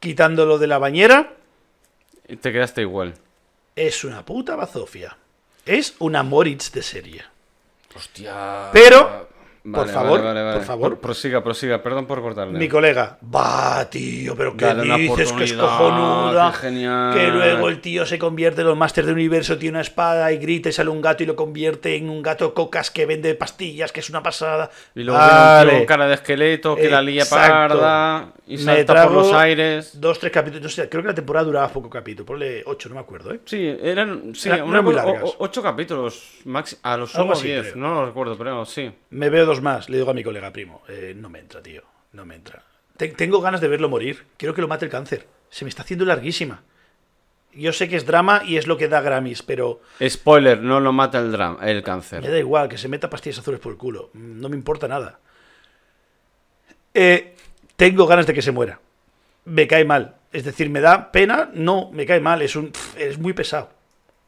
Speaker 2: Quitándolo de la bañera,
Speaker 1: Te quedaste igual.
Speaker 2: es una puta bazofia. Es una Moritz de serie.
Speaker 1: Hostia.
Speaker 2: Pero por
Speaker 1: Vale,
Speaker 2: favor,
Speaker 1: vale, vale, vale.
Speaker 2: por favor.
Speaker 1: Pro- prosiga, prosiga, perdón por cortarle.
Speaker 2: Mi colega, va, tío, pero que
Speaker 1: Dale una
Speaker 2: dices que es
Speaker 1: oportunidad,
Speaker 2: cojonuda.
Speaker 1: qué genial".
Speaker 2: Que luego el tío se convierte en los máster del universo, tiene una espada y grita y sale un gato y lo convierte en un gato cocas que vende pastillas, que es una pasada.
Speaker 1: Y luego viene un tío
Speaker 2: Vale.
Speaker 1: con cara de esqueleto que la lía
Speaker 2: Exacto.
Speaker 1: parda y
Speaker 2: Me
Speaker 1: salta por
Speaker 2: trago
Speaker 1: los aires.
Speaker 2: Dos, tres capítulos. No sé, creo que la temporada duraba poco capítulo, ponle ocho, no me acuerdo, ¿eh?
Speaker 1: Sí, eran, sí,
Speaker 2: Era-
Speaker 1: una-
Speaker 2: eran muy
Speaker 1: o-
Speaker 2: largas.
Speaker 1: o- ocho capítulos, maxi- a los sumo
Speaker 2: Algo así,
Speaker 1: diez,
Speaker 2: creo.
Speaker 1: no lo recuerdo, pero sí.
Speaker 2: Me veo dos más, le digo a mi colega primo. eh, no me entra, tío. No me entra. Te- tengo ganas de verlo morir. Quiero que lo mate el cáncer. Se me está haciendo larguísima. Yo sé que es drama y es lo que da Grammys, pero
Speaker 1: Spoiler, no lo mata el, dram- el
Speaker 2: me
Speaker 1: cáncer.
Speaker 2: da igual que se meta pastillas azules por el culo. No me importa nada. Eh, tengo ganas de que se muera. Me cae mal. Es decir, me da pena. No, me cae mal. Es un. pff, Eres muy pesado.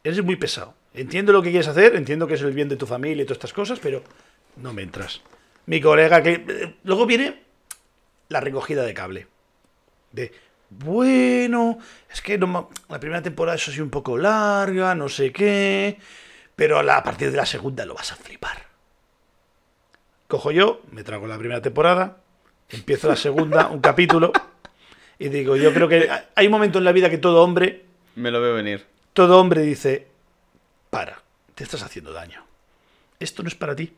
Speaker 2: Eres muy pesado. Entiendo lo que quieres hacer, entiendo que es el bien de tu familia y todas estas cosas, pero no me entras. Mi colega que. eh, Luego viene la recogida de cable. De. Bueno, es que no ma- la primera temporada eso sí un poco larga, no sé qué. Pero a, la- a partir de la segunda lo vas a flipar. Cojo yo, me trago la primera temporada, empiezo la segunda, un capítulo, y digo, yo creo que hay- hay un momento en la vida que todo hombre
Speaker 1: Me lo veo venir.
Speaker 2: todo hombre dice, para, te estás haciendo daño. Esto no es para ti.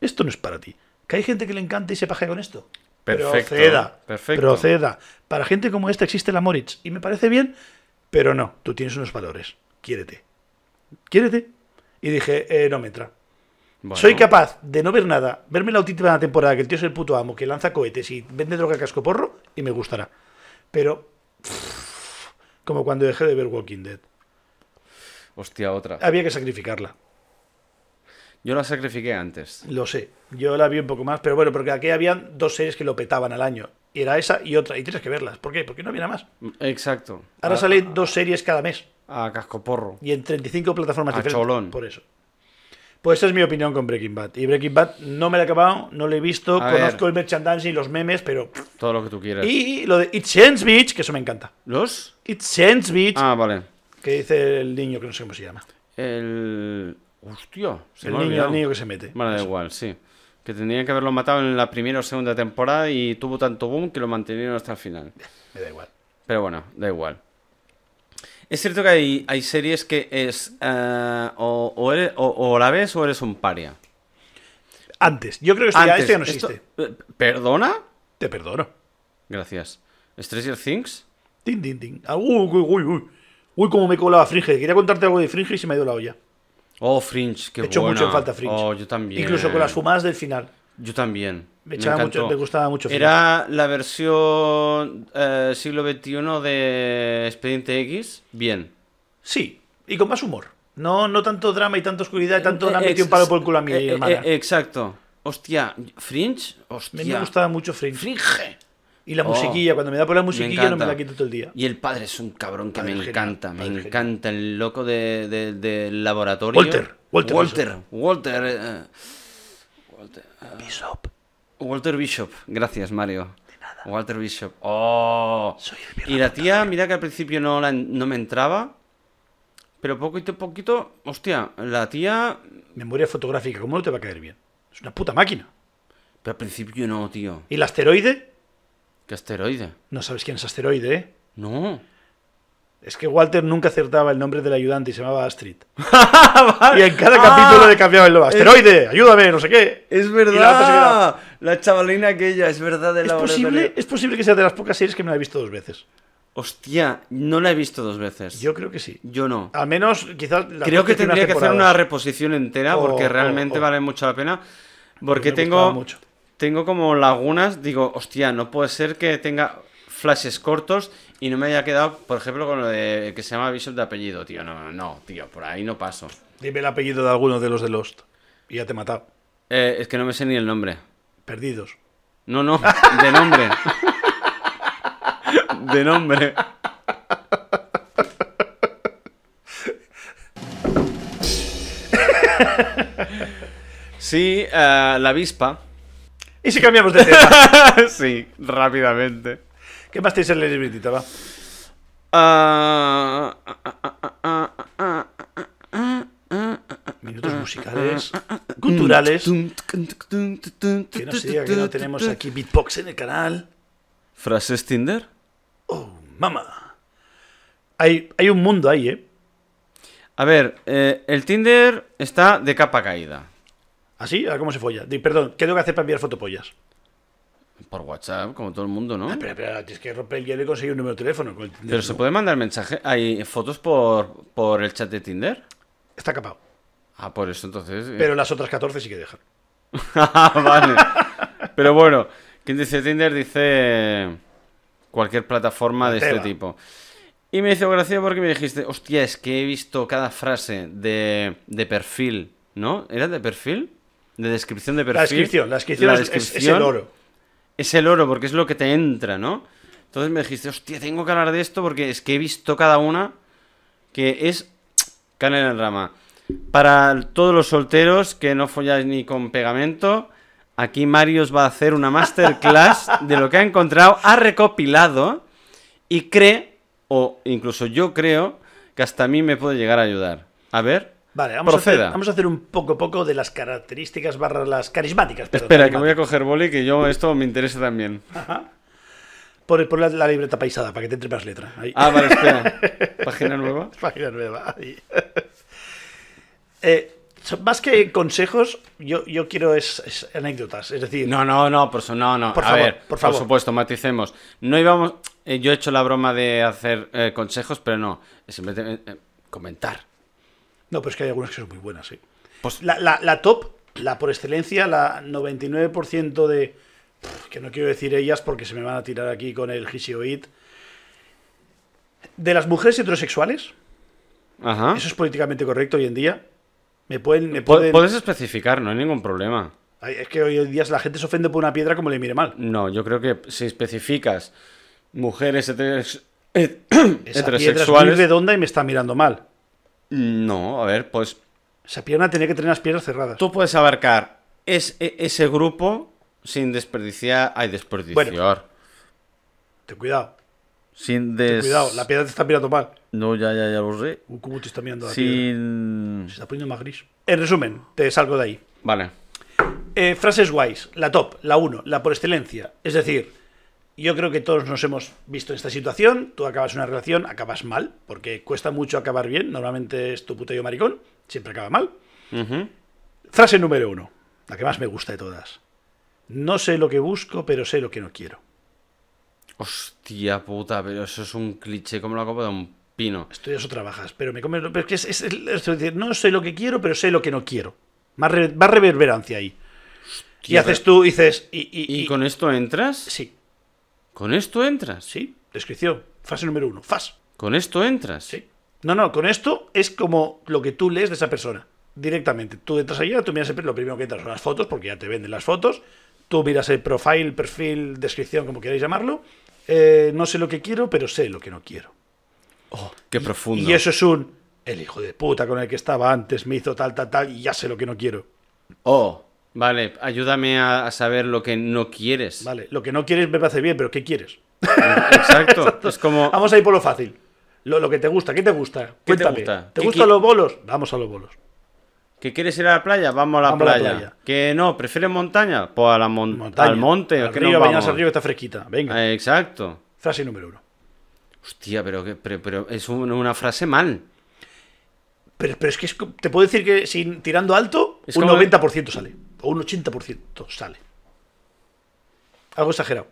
Speaker 2: Esto no es para ti. Que hay gente que le encanta y se paje con esto.
Speaker 1: Perfecto,
Speaker 2: proceda.
Speaker 1: perfecto.
Speaker 2: Proceda. Para gente como esta existe la Moritz. Y me parece bien, pero no, tú tienes unos valores. Quiérete. Quiérete. Y dije, eh, no me entra.
Speaker 1: Bueno,
Speaker 2: Soy capaz de no ver nada, verme la última temporada, que el tío es el puto amo, que lanza cohetes y vende droga a cascoporro, y me gustará. Pero. pff, Como cuando dejé de ver Walking Dead.
Speaker 1: Hostia, otra.
Speaker 2: Había que sacrificarla.
Speaker 1: Yo la sacrifiqué antes.
Speaker 2: Lo sé. Yo la vi un poco más, pero bueno, porque aquí habían dos series que lo petaban al año. Y era esa y otra. Y tienes que verlas. ¿Por qué? Porque no había nada más.
Speaker 1: Exacto.
Speaker 2: Ahora
Speaker 1: A-
Speaker 2: salen dos series cada mes.
Speaker 1: A cascoporro.
Speaker 2: Y en 35 plataformas
Speaker 1: A
Speaker 2: diferentes.
Speaker 1: Ah, cholón.
Speaker 2: Por eso. Pues esa es mi opinión con Breaking Bad. Y Breaking Bad no me la he acabado, no la he visto,
Speaker 1: A
Speaker 2: conozco
Speaker 1: ver.
Speaker 2: el merchandising y los memes, pero...
Speaker 1: Todo lo que tú quieras.
Speaker 2: Y lo de It Sends Beach, que eso me encanta.
Speaker 1: ¿Los?
Speaker 2: It Sends Beach,
Speaker 1: Ah, vale.
Speaker 2: que dice el niño que no sé cómo se llama.
Speaker 1: El. Hostia, se
Speaker 2: El
Speaker 1: me ha
Speaker 2: niño,
Speaker 1: olvidado.
Speaker 2: el niño que se mete.
Speaker 1: Bueno, da
Speaker 2: Eso.
Speaker 1: igual, sí. Que tendrían que haberlo matado en la primera o segunda temporada y tuvo tanto boom que lo mantuvieron hasta el final.
Speaker 2: Me da igual.
Speaker 1: Pero bueno, da igual. Es cierto que hay, hay series que es eh, o, o eres- o- o la ves o eres un paria.
Speaker 2: Antes, yo creo que esto ya, esto ya no
Speaker 1: esto-
Speaker 2: existe.
Speaker 1: eh, ¿Perdona?
Speaker 2: Te perdono.
Speaker 1: Gracias. ¿Stranger Things?
Speaker 2: Tin, tin, tin. Ah, uy, uy, uy, uy. Uy, cómo me colaba Fringe. Quería contarte algo de Fringe y se me ha ido la olla.
Speaker 1: Oh, Fringe, qué
Speaker 2: He hecho
Speaker 1: buena.
Speaker 2: mucho en falta Fringe.
Speaker 1: Oh, yo también.
Speaker 2: Incluso con las fumadas del final.
Speaker 1: Yo también.
Speaker 2: Me echaba mucho-
Speaker 1: encantó.
Speaker 2: me gustaba mucho Fringe.
Speaker 1: Era la versión eh, siglo XXI de Expediente X. Bien.
Speaker 2: Sí, y con más humor. No, no tanto drama y tanta oscuridad y tanto drama
Speaker 1: Eh,
Speaker 2: y
Speaker 1: ex-
Speaker 2: un palo por el culo a mi
Speaker 1: eh, eh,
Speaker 2: hermana.
Speaker 1: eh, exacto. Hostia, Fringe,
Speaker 2: A mí
Speaker 1: hostia.
Speaker 2: me gustaba mucho Fringe.
Speaker 1: Fringe.
Speaker 2: Y la
Speaker 1: Oh,
Speaker 2: musiquilla, cuando me da por la musiquilla no me
Speaker 1: encanta.
Speaker 2: la quito todo el día.
Speaker 1: Y el padre es un cabrón que
Speaker 2: Padre
Speaker 1: me
Speaker 2: genial,
Speaker 1: encanta, me
Speaker 2: padre genial.
Speaker 1: encanta, el loco de, de- del laboratorio.
Speaker 2: Walter, Walter
Speaker 1: Walter, Walter, eh,
Speaker 2: Bishop,
Speaker 1: Walter Bishop. Gracias, Mario. Walter Bishop. Oh.
Speaker 2: soy el
Speaker 1: Y
Speaker 2: viernes.
Speaker 1: la tía, mira que al principio no, la- no me entraba, pero poquito a poquito, hostia, la tía...
Speaker 2: Memoria fotográfica, ¿cómo no te va a caer bien? Es una puta máquina.
Speaker 1: Pero al principio no, tío.
Speaker 2: ¿Y el asteroide?
Speaker 1: ¿Qué asteroide?
Speaker 2: No sabes quién es asteroide, ¿eh?
Speaker 1: No.
Speaker 2: Es que Walter nunca acertaba el nombre del ayudante y se llamaba
Speaker 1: [laughs]
Speaker 2: Astrid. Y en cada capítulo le cambiaba el nombre. ¡Asteroide! ¡Ayúdame! No sé qué.
Speaker 1: Ah. Es
Speaker 2: Y la otra se quedaba.
Speaker 1: verdad. La chavalina aquella, es verdad del
Speaker 2: ¿Es posible, es posible que sea de las pocas series que me la he visto dos veces.
Speaker 1: Hostia, no la he visto dos veces.
Speaker 2: Yo creo que sí.
Speaker 1: Yo no.
Speaker 2: Al menos, quizás. las
Speaker 1: Creo que
Speaker 2: dos primeras
Speaker 1: tendría que hacer una
Speaker 2: temporadas.
Speaker 1: reposición entera
Speaker 2: Oh,
Speaker 1: porque
Speaker 2: oh,
Speaker 1: realmente
Speaker 2: oh.
Speaker 1: vale mucho la pena.
Speaker 2: Me
Speaker 1: Porque
Speaker 2: gustaba
Speaker 1: tengo,
Speaker 2: mucho.
Speaker 1: tengo como lagunas, digo, hostia, no puede ser que tenga flashes cortos y no me haya quedado, por ejemplo, con lo de que se llama Bishop de apellido, tío. No, no, tío, por ahí no paso.
Speaker 2: Dime el apellido de alguno de los de Lost. Y ya te he matado.
Speaker 1: Eh, es que no me sé ni el nombre.
Speaker 2: Perdidos.
Speaker 1: No, no, de nombre. De nombre. Sí, eh, la
Speaker 2: [laughs]
Speaker 1: avispa.
Speaker 2: Y si cambiamos
Speaker 1: [laughs]
Speaker 2: de tema.
Speaker 1: sí, rápidamente.
Speaker 2: ¿Qué más tenéis en la libretita, va?
Speaker 1: Ah,
Speaker 2: Minutos musicales, culturales. Que
Speaker 1: Que
Speaker 2: no se diga que no tenemos aquí beatbox en el canal.
Speaker 1: ¿Frases Tinder?
Speaker 2: ¡Oh, mamá! Hay, hay un mundo ahí, ¿eh?
Speaker 1: A ver, eh, el Tinder está de capa caída.
Speaker 2: ¿Así? ¿Ahora ¿Ah, cómo se folla? Di, perdón, ¿qué tengo que hacer para enviar fotopollas?
Speaker 1: Por WhatsApp, como todo el mundo, ¿no?
Speaker 2: Ah, espera, espera, tienes que romper el hielo y conseguir un número de teléfono. con el Tinder.
Speaker 1: Pero se puede mandar mensaje. Hay fotos por, por el chat de Tinder.
Speaker 2: Está capado.
Speaker 1: Ah, por eso entonces. eh.
Speaker 2: Pero las otras 14 sí que dejan.
Speaker 1: [laughs] Ah, vale. Pero bueno, quien dice Tinder dice cualquier plataforma de este
Speaker 2: Teba.
Speaker 1: tipo. Y me hizo gracia porque me dijiste, hostia, es que he visto cada frase de, de perfil, ¿no? ¿Era de perfil? De descripción de perfil.
Speaker 2: La descripción, la descripción, es- es- Es, el oro.
Speaker 1: Es el oro, porque es lo que te entra, ¿no? Entonces me dijiste, hostia, tengo que hablar de esto porque es que he visto cada una que es canela en rama. Para todos los solteros que no folláis ni con pegamento, aquí Marius va a hacer una masterclass de lo que ha encontrado, ha recopilado y cree, o incluso yo creo, que hasta a mí me puede llegar a ayudar. A ver,
Speaker 2: Vale, vamos a, hacer,
Speaker 1: proceda.
Speaker 2: vamos a hacer un poco poco de las características barra las carismáticas. perdón,
Speaker 1: Espera, que voy a
Speaker 2: carismáticas.
Speaker 1: coger boli, que yo esto me interesa también.
Speaker 2: Por, por la, la libreta paisada, para que te entre más letra. Ahí.
Speaker 1: Ah, vale, espera. Página nueva.
Speaker 2: [laughs] Página nueva. ahí. [laughs] Eh, so- más que consejos, yo, yo quiero es, es anécdotas. Es decir,
Speaker 1: No, no, no, por, su- no, no.
Speaker 2: Por
Speaker 1: a
Speaker 2: favor,
Speaker 1: ver,
Speaker 2: por favor.
Speaker 1: supuesto, maticemos. No íbamos. eh, yo he hecho la broma de hacer eh, consejos, pero no. Es Simplemente eh, comentar.
Speaker 2: no, pero es que hay algunas que son muy buenas. sí.
Speaker 1: Pues-
Speaker 2: la, la- la top, la por excelencia, la 99% de. Pff, Que no quiero decir ellas porque se me van a tirar aquí con el it De las mujeres heterosexuales,
Speaker 1: Ajá.
Speaker 2: eso es políticamente correcto hoy en día. Me pueden. Me
Speaker 1: Po-
Speaker 2: pueden
Speaker 1: Puedes especificar, no hay ningún problema.
Speaker 2: Ay, es que hoy en día la gente se ofende por una piedra como le mire mal.
Speaker 1: No, yo creo que si especificas mujeres heterosex- [coughs] het-
Speaker 2: Esa piedra es muy
Speaker 1: heterosexuales.
Speaker 2: redonda y me está mirando mal.
Speaker 1: No, a ver, pues
Speaker 2: Esa pierna tenía que tener las piernas cerradas.
Speaker 1: tú puedes abarcar es- e- ese grupo sin desperdiciar. Ay, desperdiciar.
Speaker 2: Ten cuidado,
Speaker 1: sin
Speaker 2: ten
Speaker 1: des...
Speaker 2: cuidado. La piedra te está mirando mal.
Speaker 1: No, ya, ya, ya lo sé.
Speaker 2: Uh, cómo te está mirando la piedra.
Speaker 1: Sin.
Speaker 2: Se está poniendo más gris. En resumen, te salgo de ahí.
Speaker 1: Vale.
Speaker 2: Eh, frases guays. La top, la 1, la por excelencia. Es decir, yo creo que todos nos hemos visto en esta situación. Tú acabas una relación, acabas mal, porque cuesta mucho acabar bien. Normalmente es tu puto yo maricón. Siempre acaba mal.
Speaker 1: Ujú.
Speaker 2: Frase número 1, la que más me gusta de todas. No sé lo que busco, pero sé lo que no quiero.
Speaker 1: Hostia puta, pero eso es un cliché como la copa de un pino.
Speaker 2: Esto ya es otra bajas, pero me comes. Pero es que es, es- es decir, no sé lo que quiero, pero sé lo que no quiero. Más, re- más reverberancia ahí. y
Speaker 1: Hostia,
Speaker 2: haces
Speaker 1: pero-
Speaker 2: tú, dices. Y, y-
Speaker 1: ¿Y,
Speaker 2: y-
Speaker 1: con esto entras?
Speaker 2: Sí,
Speaker 1: ¿Con esto entras?
Speaker 2: sí, descripción. Fase número uno, fas.
Speaker 1: ¿Con esto entras?
Speaker 2: Sí. No, no, con esto es como lo que tú lees de esa persona. Directamente. Tú entras allá, tú miras siempre lo primero que entras son las fotos, porque ya te venden las fotos. Tú miras el profile, perfil, descripción, como queráis llamarlo. Eh, no sé lo que quiero, pero sé lo que no quiero.
Speaker 1: Oh, Qué profundo.
Speaker 2: Y eso es un. El hijo de puta con el que estaba antes me hizo tal, tal, tal, y ya sé lo que no quiero.
Speaker 1: Oh, vale, ayúdame a, a saber lo que no quieres.
Speaker 2: Vale, lo que no quieres me parece bien, pero ¿qué quieres?
Speaker 1: [laughs] Exacto. Es como.
Speaker 2: Vamos a ir por lo fácil. Lo, lo que te gusta, ¿qué te gusta?
Speaker 1: ¿Qué te
Speaker 2: Cuéntame.
Speaker 1: gusta?
Speaker 2: ¿Te
Speaker 1: ¿Qué
Speaker 2: gustan
Speaker 1: qui-
Speaker 2: los bolos? Vamos a los bolos.
Speaker 1: ¿Que quieres ir a la playa? Vamos a la,
Speaker 2: Vamos a la
Speaker 1: playa.
Speaker 2: playa.
Speaker 1: ¿Que no? ¿Prefieres montaña? Pues a la mon-
Speaker 2: Montaña,
Speaker 1: al monte.
Speaker 2: al
Speaker 1: ¿que
Speaker 2: río,
Speaker 1: nos vamos?
Speaker 2: bañarse al río que está fresquita. Venga,
Speaker 1: Eh, Exacto.
Speaker 2: frase número uno.
Speaker 1: Hostia, pero, que- pero, pero es un- una frase mal.
Speaker 2: Pero, pero es que es co- te puedo decir que sin, tirando alto,
Speaker 1: Es
Speaker 2: un
Speaker 1: como-
Speaker 2: 90% sale. O un 80% sale. Algo exagerado.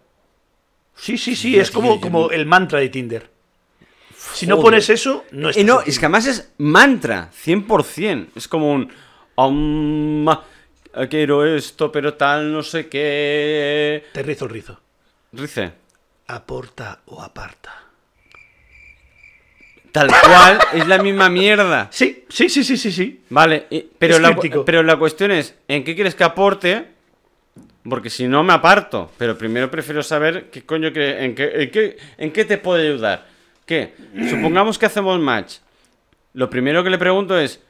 Speaker 2: Sí, sí, sí,
Speaker 1: Hostia,
Speaker 2: es como,
Speaker 1: tío, yo
Speaker 2: como
Speaker 1: no-
Speaker 2: el mantra de Tinder. Si no
Speaker 1: Joder.
Speaker 2: pones eso, no es.
Speaker 1: Eh, no, es que además es mantra, 100%. Es como un... "Om, ma, quiero esto, pero tal, no sé qué...
Speaker 2: Te rizo el rizo.
Speaker 1: Rice.
Speaker 2: Aporta o aparta.
Speaker 1: Tal cual, es la misma mierda.
Speaker 2: Sí, sí, sí, sí, sí, sí.
Speaker 1: Vale, eh, pero,
Speaker 2: Es
Speaker 1: la,
Speaker 2: críptico.
Speaker 1: pero la cuestión es, ¿en qué quieres que aporte? Porque si no, me aparto. Pero primero prefiero saber qué coño que, en, qué, en, qué, en qué te puedo ayudar.
Speaker 2: [clears throat]
Speaker 1: ¿Qué? Supongamos que hacemos match. Lo primero que le pregunto es,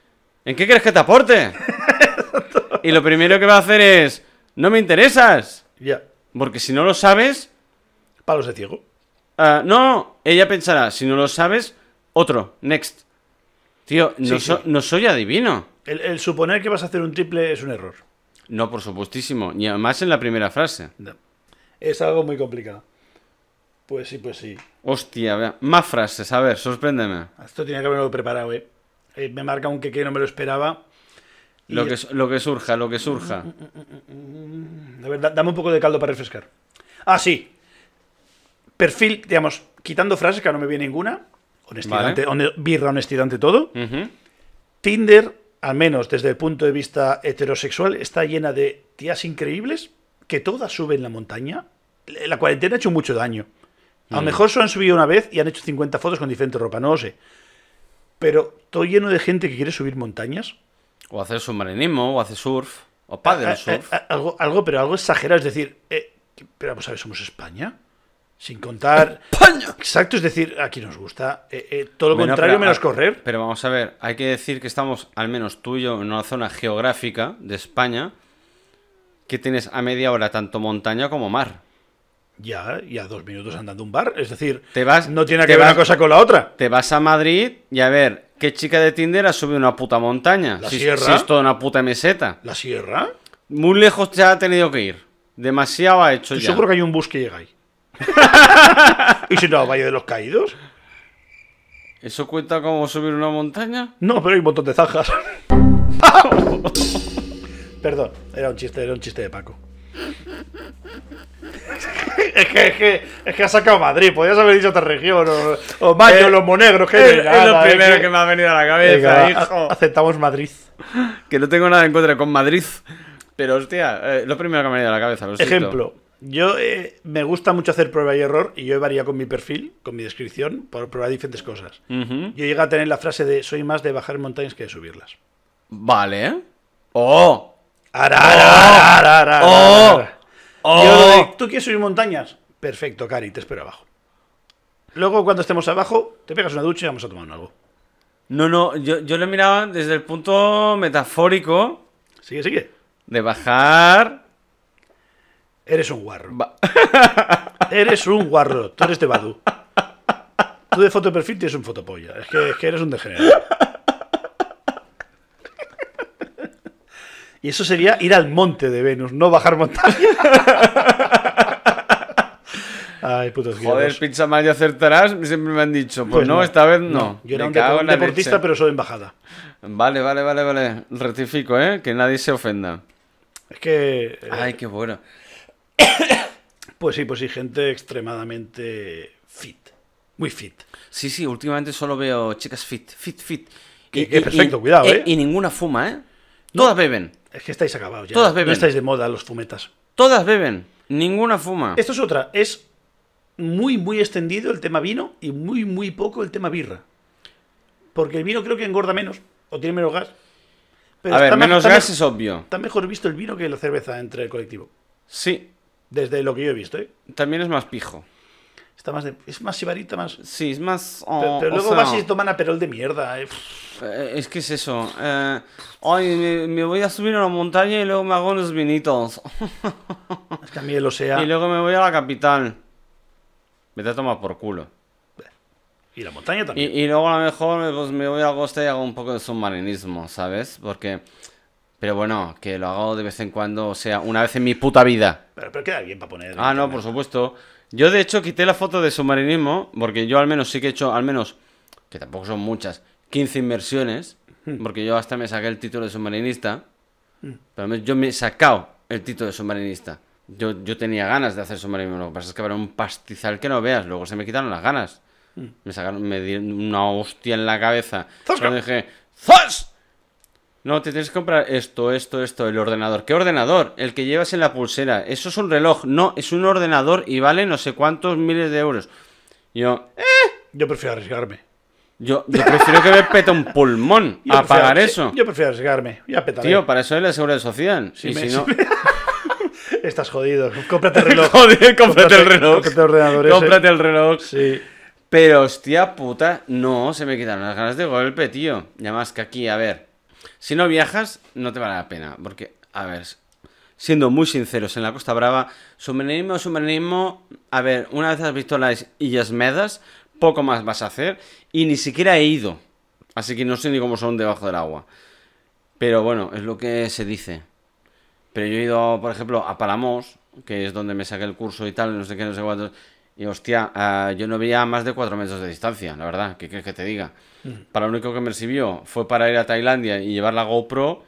Speaker 1: ¿en qué quieres que te
Speaker 2: [laughs]
Speaker 1: aporte? y lo primero que va a hacer es, no me interesas.
Speaker 2: Ya.
Speaker 1: Porque si no lo sabes,
Speaker 2: Palos de ciego.
Speaker 1: ah, no, ella pensará, si no lo sabes, otro, next. Tío, no,
Speaker 2: Sí,
Speaker 1: so-
Speaker 2: sí.
Speaker 1: no soy adivino.
Speaker 2: El, el suponer que vas a hacer un triple es un error.
Speaker 1: No, por supuestísimo. Y además en la primera frase.
Speaker 2: No. Es algo muy complicado. Pues sí, pues sí.
Speaker 1: Hostia, vea. más frases. A ver, sorpréndeme.
Speaker 2: Esto tenía que haberlo preparado, eh. Eh, Me marca un que que no me lo esperaba. Y- Mm,
Speaker 1: Lo que, su- lo que surja, lo que surja.
Speaker 2: A ver, da- dame un poco de caldo para refrescar. Ah, sí. Perfil, digamos, quitando frases, que no me vi ninguna. Honestidad,
Speaker 1: Vale.
Speaker 2: ante- hone- birra, honestidad ante todo.
Speaker 1: Ujú.
Speaker 2: Tinder, al menos desde el punto de vista heterosexual, está llena de tías increíbles que todas suben la montaña. Eh, La cuarentena ha hecho mucho daño. A lo mejor solo han subido una vez y han hecho 50 fotos con diferente ropa, no lo sé. Pero todo lleno de gente que quiere subir montañas.
Speaker 1: O hacer submarinismo, o hacer surf, o paddle
Speaker 2: A- a-
Speaker 1: surf.
Speaker 2: a- algo, algo, pero algo exagerado. Es decir, eh, pero vamos a ver, somos España. Sin contar. Exacto, es decir, aquí nos gusta eh, eh, todo ah. lo
Speaker 1: Bueno,
Speaker 2: contrario
Speaker 1: pero-
Speaker 2: menos
Speaker 1: ah,
Speaker 2: correr.
Speaker 1: Pero vamos a ver, hay que decir que estamos, al menos tú y yo, en una zona geográfica de España que tienes a media hora tanto montaña como mar.
Speaker 2: Ya, ya dos minutos andando a un bar. Es decir,
Speaker 1: Te vas-
Speaker 2: no tiene
Speaker 1: te
Speaker 2: que ver
Speaker 1: vas-
Speaker 2: una cosa con la otra.
Speaker 1: Te vas a Madrid y a ver, ¿qué chica de Tinder ha subido una puta montaña?
Speaker 2: La
Speaker 1: si,
Speaker 2: sierra.
Speaker 1: si es toda una puta meseta.
Speaker 2: La sierra.
Speaker 1: Muy lejos ya ha tenido que ir. Demasiado ha hecho
Speaker 2: Estoy
Speaker 1: ya.
Speaker 2: seguro que hay un bus que
Speaker 1: [laughs]
Speaker 2: llega ahí. ¿Y si no, Valle de los Caídos?
Speaker 1: ¿Eso cuenta como subir una montaña?
Speaker 2: No, pero hay un montón de [laughs] zanjas. Perdón, era un chiste, era un chiste de Paco. es, que, es, que, es que ha sacado Madrid, podías haber dicho otra región, o, o Mayo,
Speaker 1: Eh,
Speaker 2: los Monegros, que no hay nada, es
Speaker 1: me ha venido a la
Speaker 2: eh, Venga, a- Aceptamos Madrid.
Speaker 1: [laughs] Que no tengo nada en contra con Madrid. Pero hostia, eh, lo primero que me ha venido a la cabeza, lo siento.
Speaker 2: Ejemplo, yo eh, me gusta mucho hacer prueba y error y yo varía con mi perfil, con mi descripción, por probar diferentes cosas.
Speaker 1: Ujú.
Speaker 2: Yo llegué a tener la frase de soy más de bajar montañas que de subirlas.
Speaker 1: Vale. ¡Oh!
Speaker 2: Ara, ara, ara, ara, ara,
Speaker 1: ¡Oh!
Speaker 2: ara.
Speaker 1: ¡Oh!
Speaker 2: Yo lo de, ¿Tú quieres subir montañas? Perfecto, Cari, te espero abajo. Luego, cuando estemos abajo, te pegas una ducha y vamos a tomar algo.
Speaker 1: No, no, yo, yo lo miraba desde el punto metafórico
Speaker 2: Sigue, sigue.
Speaker 1: de bajar.
Speaker 2: Eres un guarro.
Speaker 1: ba-
Speaker 2: Eres un guarro. Tú eres de Badu. Tú de foto de perfil tienes un fotopolla. Es que, es que eres un degenerado. Y eso sería ir al monte de Venus, no bajar montaña. Ay, putos
Speaker 1: Joder,
Speaker 2: guiados.
Speaker 1: pizza mal y acertarás. Siempre me han dicho, pues,
Speaker 2: Pues
Speaker 1: no,
Speaker 2: no.
Speaker 1: esta vez no.
Speaker 2: Yo era
Speaker 1: Me
Speaker 2: un
Speaker 1: cago
Speaker 2: depo-
Speaker 1: en la
Speaker 2: deportista,
Speaker 1: leche.
Speaker 2: pero soy embajada.
Speaker 1: Vale, vale, vale, vale. Rectifico, ¿eh? Que nadie se ofenda.
Speaker 2: Es que. eh,
Speaker 1: Ay, qué bueno.
Speaker 2: Pues sí, pues sí, gente extremadamente fit. Muy fit.
Speaker 1: Sí, sí, últimamente solo veo chicas fit, fit, fit.
Speaker 2: Que- que perfecto, cuidado, ¿eh?
Speaker 1: Y ninguna fuma, ¿eh? Todas beben,
Speaker 2: Es que estáis acabados ya.
Speaker 1: Todas beben.
Speaker 2: No estáis de moda los fumetas.
Speaker 1: todas beben, ninguna fuma.
Speaker 2: Esto es otra. Es muy, muy extendido el tema vino y muy, muy poco el tema birra. Porque el vino creo que engorda menos o tiene menos gas. Pero
Speaker 1: A ver,
Speaker 2: está más-
Speaker 1: menos
Speaker 2: está
Speaker 1: gas
Speaker 2: me-
Speaker 1: es obvio.
Speaker 2: Está mejor visto el vino que la cerveza entre el colectivo.
Speaker 1: Sí,
Speaker 2: Desde lo que yo he visto, ¿eh?
Speaker 1: también es más pijo.
Speaker 2: Está más de- es más sibarita, más.
Speaker 1: Sí, es más...
Speaker 2: Pero,
Speaker 1: oh,
Speaker 2: pero
Speaker 1: o
Speaker 2: luego
Speaker 1: sea,
Speaker 2: vas y toman a perol de mierda. eh.
Speaker 1: eh, Es que es eso. eh, ay, me, me voy a subir a la montaña y luego me hago unos vinitos.
Speaker 2: Es que a mí el
Speaker 1: [laughs]
Speaker 2: Osea
Speaker 1: Y luego me voy a la capital. Vete a tomar por culo.
Speaker 2: y la montaña
Speaker 1: Y,
Speaker 2: también.
Speaker 1: y luego a lo mejor pues, me voy a Agosta y hago un poco de submarinismo, ¿sabes? Porque... Pero bueno, que lo hago de vez en cuando, o sea, una vez en mi puta vida.
Speaker 2: Pero, pero queda bien para poner. en
Speaker 1: Ah, no,
Speaker 2: internet.
Speaker 1: por supuesto. Yo de hecho quité la foto de submarinismo, porque yo al menos sí que he hecho, al menos, que tampoco son muchas, 15 inmersiones, porque yo hasta me saqué el título de submarinista. Pero al menos yo me he sacado el título de submarinista. Yo, yo tenía ganas de hacer submarinismo, lo que pasa es que era un pastizal que no veas, luego se me quitaron las ganas.
Speaker 2: Mm.
Speaker 1: Me sacaron, me dieron una hostia en la cabeza.
Speaker 2: ¡Zasca!
Speaker 1: Cuando dije, ¡Zas! No, te tienes que comprar esto, esto, esto, el ordenador. ¿Qué ordenador? El que llevas en la pulsera. Eso es un reloj. No, es un ordenador y vale no sé cuántos miles de euros. Yo, eh,
Speaker 2: Yo prefiero arriesgarme.
Speaker 1: yo, yo prefiero que me pete un pulmón
Speaker 2: [laughs] Yo
Speaker 1: a
Speaker 2: prefiero-
Speaker 1: pagar
Speaker 2: sí,
Speaker 1: eso.
Speaker 2: Yo prefiero arriesgarme. Ya petaré.
Speaker 1: Tío, para eso es la seguridad social.
Speaker 2: Si
Speaker 1: y
Speaker 2: me-
Speaker 1: si
Speaker 2: si
Speaker 1: no...
Speaker 2: me- Estás jodido. Cómprate
Speaker 1: [laughs]
Speaker 2: el reloj.
Speaker 1: Joder, cómprate el
Speaker 2: Cómprate-
Speaker 1: reloj.
Speaker 2: cómprate el ordenador ese.
Speaker 1: Cómprate el reloj.
Speaker 2: Sí.
Speaker 1: Pero hostia puta, no, se me quitaron las ganas de golpe, tío. Y además que aquí, a ver, si no viajas, no te vale la pena. Porque, a ver, siendo muy sinceros, en la Costa Brava, submarinismo, submarinismo, a ver, una vez has visto las Illas Medas, poco más vas a hacer. Y ni siquiera he ido. Así que no sé ni cómo son debajo del agua. Pero bueno, es lo que se dice. Pero yo he ido, por ejemplo, a Palamos, que es donde me saqué el curso y tal, no sé qué, no sé cuánto. Y hostia, eh, yo no veía a más de 4 metros de distancia, la verdad, ¿qué quieres que te diga? Para lo único que me sirvió fue para ir a Tailandia y llevar la GoPro,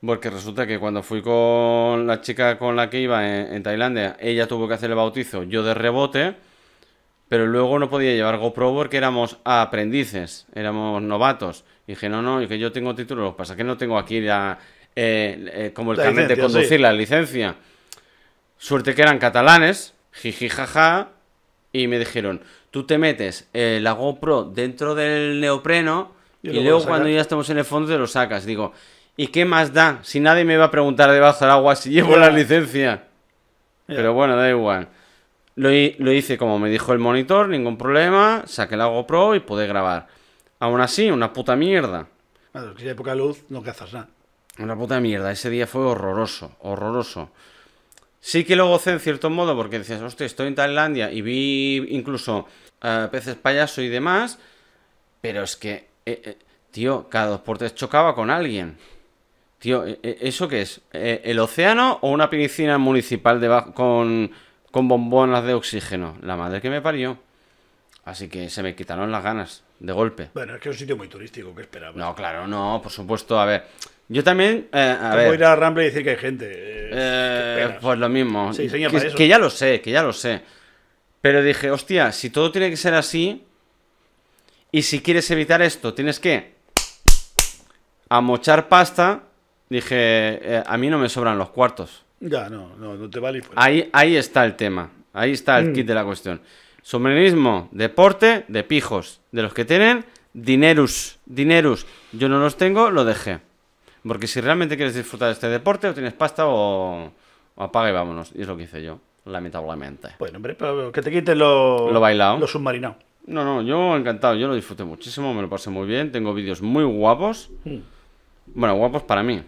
Speaker 1: porque resulta que cuando fui con la chica con la que iba en, en Tailandia, ella tuvo que hacer el bautizo, yo de rebote, pero luego no podía llevar GoPro porque éramos aprendices, éramos novatos. Y dije, no, no, que yo tengo título, lo que pasa es que no tengo aquí la, eh, eh, como el
Speaker 2: La
Speaker 1: carnet de
Speaker 2: licencia, sí.
Speaker 1: conducir, la licencia. Suerte que eran catalanes, jiji jaja, y me dijeron, tú te metes eh, la GoPro dentro del neopreno
Speaker 2: Y
Speaker 1: y,
Speaker 2: luego lo
Speaker 1: luego
Speaker 2: sacas.
Speaker 1: cuando ya estamos en el fondo te lo sacas. Digo, ¿y qué más da? Si nadie me va a preguntar debajo del agua si [laughs] llevo
Speaker 2: Ya.
Speaker 1: la licencia. Pero bueno, da igual. Lo, hi- lo hice como me dijo el monitor, ningún problema, saqué la GoPro y pude grabar. Aún así, una puta mierda.
Speaker 2: Claro, es que si hay poca luz, no cazas nada.
Speaker 1: Una puta mierda, ese día fue horroroso, horroroso. Sí que lo gocé en cierto modo porque decías, hostia, estoy en Tailandia y vi incluso eh, peces payaso y demás, pero es que, eh, eh, tío, cada dos por tres chocaba con alguien. Tío, eh, eh, ¿eso qué es? Eh, ¿El océano o una piscina municipal deba- con, con bombonas de oxígeno? La madre que me parió. Así que se me quitaron las ganas, de golpe.
Speaker 2: Bueno, es que es un sitio muy turístico, ¿qué esperabas?
Speaker 1: No, claro, no, por supuesto. A ver, yo también. eh, a
Speaker 2: Te
Speaker 1: ver,
Speaker 2: puedo ir a Rambla y decir que hay gente. eh,
Speaker 1: eh,
Speaker 2: ¿qué esperas?
Speaker 1: pues lo mismo.
Speaker 2: Se diseña para
Speaker 1: que,
Speaker 2: eso.
Speaker 1: que ya lo sé, que ya lo sé. Pero dije, hostia, si todo tiene que ser así. Y si quieres evitar esto, tienes que. Amochar pasta. Dije, eh, a mí no me sobran los cuartos.
Speaker 2: Ya, no, no, no te vale. y fuera.
Speaker 1: Ahí, ahí está el tema. Ahí está
Speaker 2: Mm.
Speaker 1: el kit de la cuestión. Sombrerinismo, deporte de pijos. De los que tienen dinerus. Dinerus. Yo no los tengo, lo dejé. Porque si realmente quieres disfrutar de este deporte, o tienes pasta o, o apaga y vámonos. Y es lo que hice yo, lamentablemente.
Speaker 2: Bueno, hombre, pero que te quiten lo,
Speaker 1: Lo bailao.
Speaker 2: Lo submarinado.
Speaker 1: No, no, yo encantado. Yo lo disfruté muchísimo, me lo pasé muy bien. Tengo vídeos muy guapos. Bueno, guapos para mí.
Speaker 2: Mm.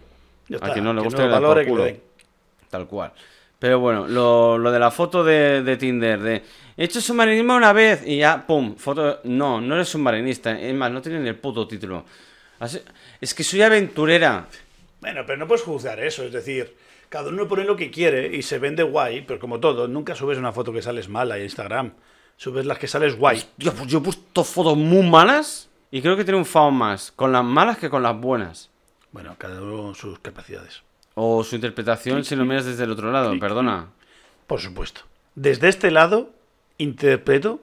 Speaker 2: Ya
Speaker 1: a
Speaker 2: está,
Speaker 1: quien no le
Speaker 2: que
Speaker 1: guste
Speaker 2: no
Speaker 1: le da por
Speaker 2: valore, que
Speaker 1: culo.
Speaker 2: le den.
Speaker 1: Tal cual. Pero bueno, lo, lo de la foto de, de Tinder, de he hecho submarinismo una vez y ya, pum, foto. No, no eres submarinista, es más, no tiene ni el puto título. Así- es que soy aventurera.
Speaker 2: Bueno, pero no puedes juzgar eso, es decir, cada uno pone lo que quiere y se vende guay, pero como todo, nunca subes una foto que sales mala en Instagram, subes las que sales guay.
Speaker 1: Yo, pues yo he puesto fotos muy malas y creo que he triunfado más con las malas que con las buenas.
Speaker 2: Bueno, cada uno sus capacidades.
Speaker 1: O su interpretación si lo miras desde el otro lado, perdona.
Speaker 2: Por supuesto. Desde este lado, interpreto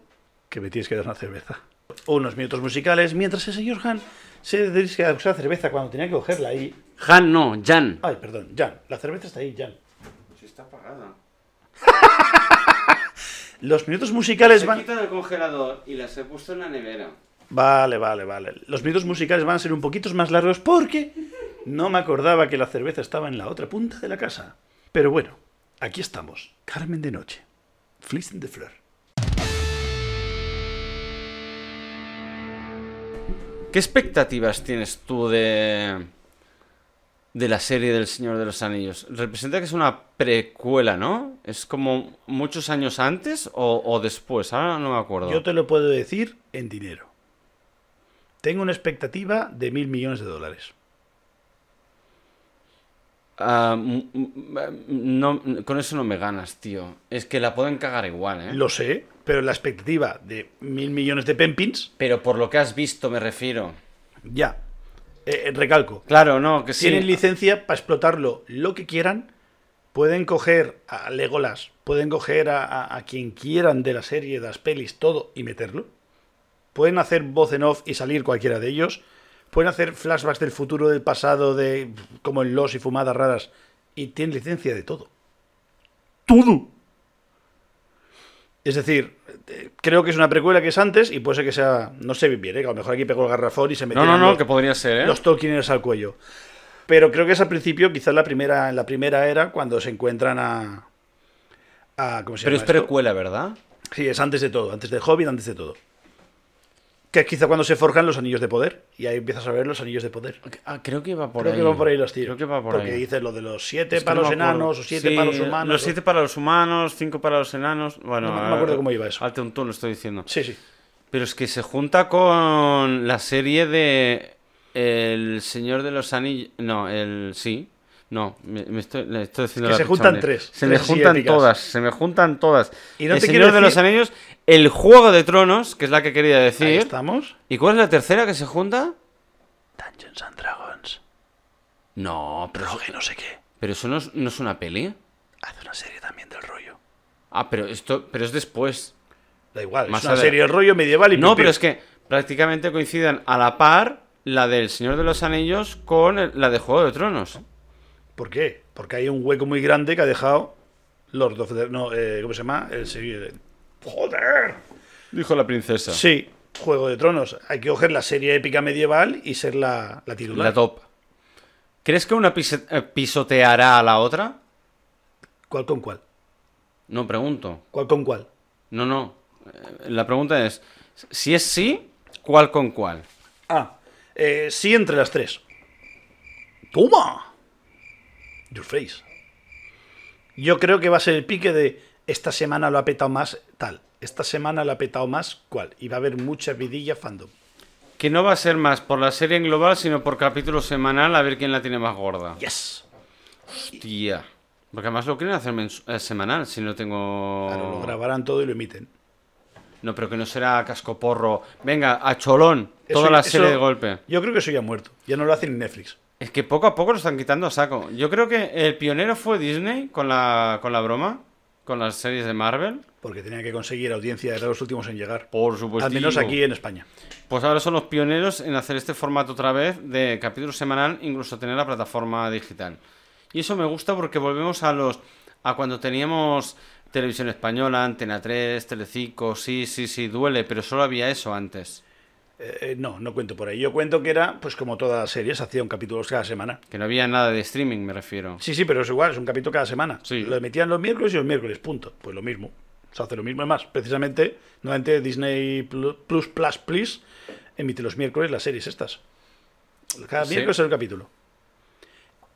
Speaker 2: que me tienes que dar una cerveza. Unos minutos musicales, mientras el señor Han se dirige a buscar cerveza cuando tenía que cogerla ahí.
Speaker 1: Han, no, Jan.
Speaker 2: Ay, perdón, Jan, la cerveza está ahí, Jan.
Speaker 1: está apagada.
Speaker 2: Los minutos musicales van...
Speaker 1: quitado el congelador y las he puesto en la nevera.
Speaker 2: Vale, vale, vale. Los minutos musicales van a ser un poquito más largos porque no me acordaba que la cerveza estaba en la otra punta de la casa. Pero bueno, aquí estamos. Carmen de Noche. Flissen de Fleur.
Speaker 1: ¿Qué expectativas tienes tú de, de la serie del Señor de los Anillos? Representa que es una precuela, ¿no? ¿Es como muchos años antes o, o después? Ahora no me acuerdo.
Speaker 2: Yo te lo puedo decir en dinero. Tengo una expectativa de mil millones de dólares.
Speaker 1: Ah, mm, mm, ah, no, con eso no me ganas, tío. Es que la pueden cagar igual, ¿eh?
Speaker 2: Lo sé, pero la expectativa de mil millones de pempins,
Speaker 1: Pero por lo que has visto me refiero.
Speaker 2: ya. Eh, eh, recalco.
Speaker 1: Claro, no, que sí.
Speaker 2: Tienen licencia para explotarlo lo que quieran. Pueden coger a Legolas, pueden coger a, a- a quien quieran de la serie, de las pelis, todo y meterlo. Pueden hacer voz en off y salir cualquiera de ellos. Pueden hacer flashbacks del futuro, del pasado, de como en los y fumadas raras. Y tienen licencia de todo. ¡Todo! Es decir, eh, creo que es una precuela que es antes y puede ser que sea. No sé bien, ¿eh? que a lo mejor aquí pegó el garrafón y se metió
Speaker 1: No, no, no, que podría ser, ¿eh?
Speaker 2: los Tolkienes al cuello. Pero creo que es al principio, quizás la primera, en la primera era, cuando se encuentran a. a- ¿Cómo se
Speaker 1: Pero es
Speaker 2: llama? esto?
Speaker 1: precuela, ¿verdad?
Speaker 2: Sí, es antes de todo, antes de Hobbit, antes de todo. Que es quizá cuando se forjan los anillos de poder. Y ahí empiezas a ver los anillos de poder.
Speaker 1: Ah, creo que va por
Speaker 2: creo
Speaker 1: ahí.
Speaker 2: que van por ahí los tiros.
Speaker 1: Creo que va por
Speaker 2: porque
Speaker 1: ahí.
Speaker 2: dices lo de los siete
Speaker 1: Es que
Speaker 2: para
Speaker 1: no
Speaker 2: los
Speaker 1: me acuerdo.
Speaker 2: enanos, o siete
Speaker 1: Sí,
Speaker 2: para los humanos.
Speaker 1: Los siete para los humanos, cinco para los enanos. Bueno,
Speaker 2: No me- no me
Speaker 1: ahora-
Speaker 2: acuerdo cómo iba eso.
Speaker 1: Al tuntún lo estoy diciendo.
Speaker 2: Sí, sí.
Speaker 1: Pero es que se junta con la serie de El Señor de los Anillos. No, el. Sí. No, me, me estoy, le estoy haciendo
Speaker 2: Que
Speaker 1: la
Speaker 2: se
Speaker 1: pichón,
Speaker 2: juntan
Speaker 1: eh.
Speaker 2: tres,
Speaker 1: Se me
Speaker 2: tres
Speaker 1: juntan
Speaker 2: asiáticas.
Speaker 1: todas, se me juntan todas.
Speaker 2: Y no
Speaker 1: el
Speaker 2: te
Speaker 1: Señor
Speaker 2: quiero
Speaker 1: de los
Speaker 2: decir-
Speaker 1: Anillos, el Juego de Tronos, que es la que quería
Speaker 2: Ahí
Speaker 1: decir.
Speaker 2: estamos.
Speaker 1: ¿Y cuál es la tercera que se junta?
Speaker 2: Dungeons and Dragons.
Speaker 1: No, pero,
Speaker 2: Rogue no sé qué.
Speaker 1: pero eso no es, no es una peli.
Speaker 2: Hace una serie también del rollo.
Speaker 1: Ah, pero esto pero es después.
Speaker 2: Da igual,
Speaker 1: Más
Speaker 2: es una
Speaker 1: adelante.
Speaker 2: serie del rollo medieval y
Speaker 1: No,
Speaker 2: pim, pim.
Speaker 1: pero es que prácticamente coincidan a la par la del Señor de los Anillos con el- la de Juego de Tronos.
Speaker 2: ¿Por qué? Porque hay un hueco muy grande que ha dejado Lord of the... No, eh, ¿cómo se llama? El... se- ¡Joder!
Speaker 1: Dijo la princesa.
Speaker 2: Sí, Juego de Tronos. Hay que coger la serie épica medieval y ser la, la titular.
Speaker 1: La top. ¿Crees que una pise- eh, pisoteará a la otra?
Speaker 2: ¿Cuál con cuál?
Speaker 1: No pregunto.
Speaker 2: ¿Cuál con cuál?
Speaker 1: No, no. Eh, La pregunta es, si es sí, ¿cuál con cuál?
Speaker 2: Ah, eh, sí entre las tres. ¡Toma! Your face. Yo creo que va a ser el pique de esta semana lo ha petado más tal, esta semana lo ha petado más cual, y va a haber mucha vidilla fandom.
Speaker 1: Que no va a ser más por la serie en global, sino por capítulo semanal, a ver quién la tiene más gorda.
Speaker 2: ¡Yes!
Speaker 1: Hostia. Porque además lo quieren hacer mens- eh, semanal, si no tengo...
Speaker 2: Claro, lo grabarán todo y lo emiten.
Speaker 1: No, pero que no será cascoporro. Venga, a cholón, toda
Speaker 2: Eso-
Speaker 1: la serie
Speaker 2: eso-
Speaker 1: de golpe.
Speaker 2: Yo creo que eso ya ha muerto. Ya no lo hacen en Netflix.
Speaker 1: Es que poco a poco lo están quitando a saco. Yo creo que el pionero fue Disney con la, con la broma, con las series de Marvel.
Speaker 2: Porque tenían que conseguir audiencia, eran los últimos en llegar.
Speaker 1: Por supuesto.
Speaker 2: Al menos aquí en España.
Speaker 1: Pues ahora son los pioneros en hacer este formato otra vez de capítulo semanal, incluso tener la plataforma digital. Y eso me gusta porque volvemos a los a cuando teníamos televisión española, Antena 3, Telecinco, sí, sí, sí, duele, pero solo había eso antes,
Speaker 2: Eh, eh, no, no cuento por ahí. Yo cuento que era, pues como todas las series, hacía un capítulo cada semana.
Speaker 1: que no había nada de streaming, me refiero.
Speaker 2: Sí, sí, pero es igual, es un capítulo cada semana.
Speaker 1: Sí.
Speaker 2: Lo emitían los miércoles y los miércoles, punto. Pues lo mismo. Se hace lo mismo. Es más, precisamente, nuevamente Disney Plus Plus Plus, Plus emite los miércoles las series estas. Cada
Speaker 1: Sí.
Speaker 2: miércoles es el capítulo.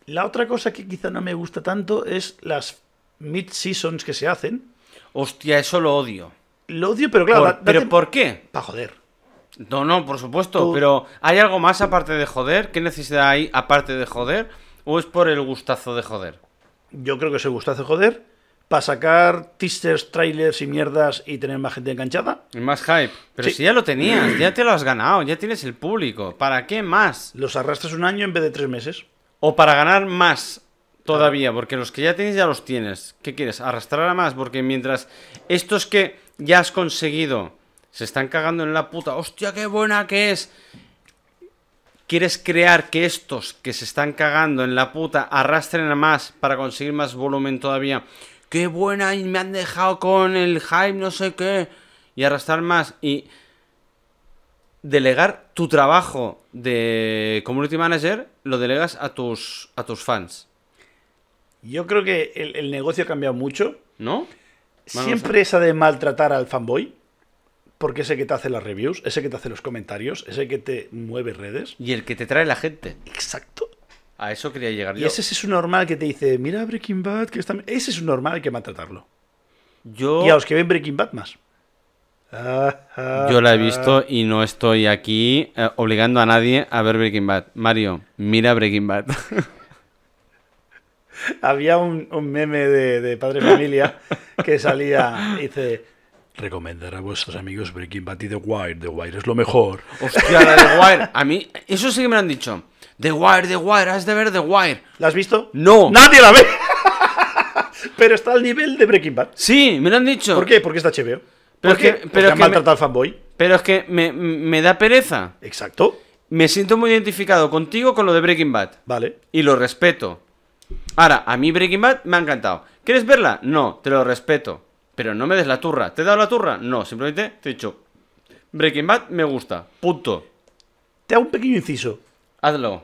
Speaker 2: La otra cosa que quizá no me gusta tanto es las mid-seasons que se hacen.
Speaker 1: Hostia, eso lo odio.
Speaker 2: Lo odio, pero claro,
Speaker 1: Por- ¿Pero por qué?
Speaker 2: Para joder.
Speaker 1: No, no, por supuesto,
Speaker 2: Tú-
Speaker 1: pero ¿hay algo más aparte de joder? ¿Qué necesidad hay aparte de joder? ¿O es por el gustazo de joder?
Speaker 2: Yo creo que se gusta hacer joder. Para sacar teasers, trailers y mierdas y tener más gente enganchada.
Speaker 1: Y más hype. Pero
Speaker 2: Sí.
Speaker 1: si ya lo tenías, ya te lo has ganado, ya tienes el público. ¿Para qué más?
Speaker 2: Los arrastras un año en vez de tres meses.
Speaker 1: O para ganar más todavía, porque los que ya tienes ya los tienes. ¿Qué quieres? Arrastrar a más, porque mientras estos que ya has conseguido se están cagando en la puta, hostia, qué buena que es. ¿Quieres crear que estos que se están cagando en la puta arrastren a más para conseguir más volumen todavía? ¡Qué buena! Y me han dejado con el hype, no sé qué. Y arrastrar más. Y delegar tu trabajo de community manager, lo delegas a tus, a tus fans,
Speaker 2: Yo creo que el, el negocio ha cambiado mucho.
Speaker 1: ¿no? Bueno,
Speaker 2: Siempre esa de maltratar al fanboy, porque ese que te hace las reviews, ese que te hace los comentarios, ese que te mueve redes.
Speaker 1: Y el que te trae la gente.
Speaker 2: Exacto.
Speaker 1: A eso quería llegar
Speaker 2: Y
Speaker 1: yo.
Speaker 2: ese es un normal que te dice, mira Breaking Bad, que está... Ese es un normal, hay que maltratarlo.
Speaker 1: Yo,
Speaker 2: Y a los que ven Breaking
Speaker 1: [laughs]
Speaker 2: Bad más. Ah, ah,
Speaker 1: yo la he
Speaker 2: ah.
Speaker 1: visto y no estoy aquí eh, obligando a nadie a ver Breaking Bad. Mario, mira Breaking
Speaker 2: [laughs]
Speaker 1: Bad.
Speaker 2: [laughs] Había un, un meme de, de Padre Familia que salía, dice... Recomendar a vuestros amigos Breaking Bad y The Wire. The Wire es lo mejor.
Speaker 1: Hostia, la de Wire. A mí, eso sí que me lo han dicho. The Wire, The Wire, has de ver The Wire.
Speaker 2: ¿La has visto?
Speaker 1: No.
Speaker 2: Nadie la ve. [laughs] Pero está al nivel de Breaking Bad.
Speaker 1: Sí, me lo han dicho.
Speaker 2: ¿Por qué? Porque está
Speaker 1: Pero
Speaker 2: HBO. ¿Por qué?
Speaker 1: que-
Speaker 2: Porque
Speaker 1: pero
Speaker 2: han
Speaker 1: que me-
Speaker 2: maltratado al fanboy.
Speaker 1: Pero es que me, me da pereza.
Speaker 2: Exacto.
Speaker 1: Me siento muy identificado contigo con lo de Breaking Bad.
Speaker 2: Vale.
Speaker 1: Y lo respeto. Ahora, a mí Breaking Bad me ha encantado. ¿Quieres verla? No, te lo respeto. Pero no me des la turra. ¿Te he dado la turra? No, simplemente te he dicho. Breaking Bad me gusta. Punto.
Speaker 2: Te hago un pequeño inciso.
Speaker 1: Hazlo.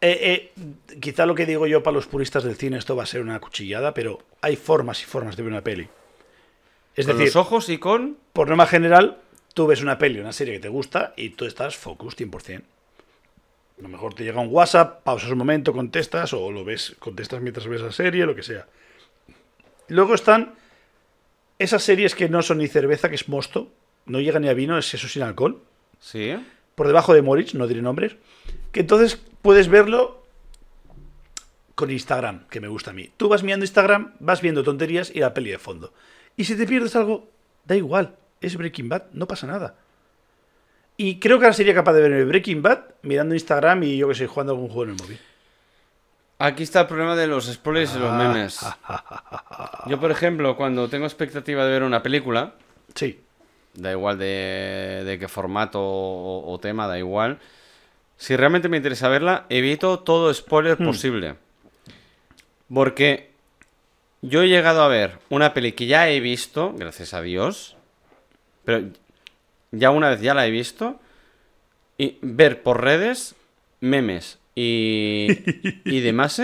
Speaker 2: Eh, eh, quizá lo que digo yo para los puristas del cine, esto va a ser una cuchillada, pero hay formas y formas de ver una peli. Es
Speaker 1: con
Speaker 2: decir,
Speaker 1: los ojos y con.
Speaker 2: por norma general, tú ves una peli, una serie que te gusta y tú estás focus 100%. A lo mejor te llega un WhatsApp, pausas un momento, contestas o lo ves, contestas mientras ves la serie, lo que sea. Luego están esas series que no son ni cerveza, que es mosto, no llega ni a vino, es eso sin alcohol.
Speaker 1: Sí.
Speaker 2: por debajo de Moritz, no diré nombres, que entonces puedes verlo con Instagram, que me gusta a mí. Tú vas mirando Instagram, vas viendo tonterías y la peli de fondo. Y si te pierdes algo, da igual, es Breaking Bad, no pasa nada. Y creo que ahora sería capaz de ver el Breaking Bad mirando Instagram y yo que sé, jugando algún juego en el móvil.
Speaker 1: Aquí está el problema de los spoilers y los [laughs] memes. Yo, por ejemplo, cuando tengo expectativa de ver una película,
Speaker 2: Sí,
Speaker 1: da igual de, de qué formato o, o tema, da igual. Si realmente me interesa verla, evito todo spoiler posible. Porque yo he llegado a ver una peli que ya he visto, gracias a Dios, pero ya una vez ya la he visto, y ver por redes memes y, y demás,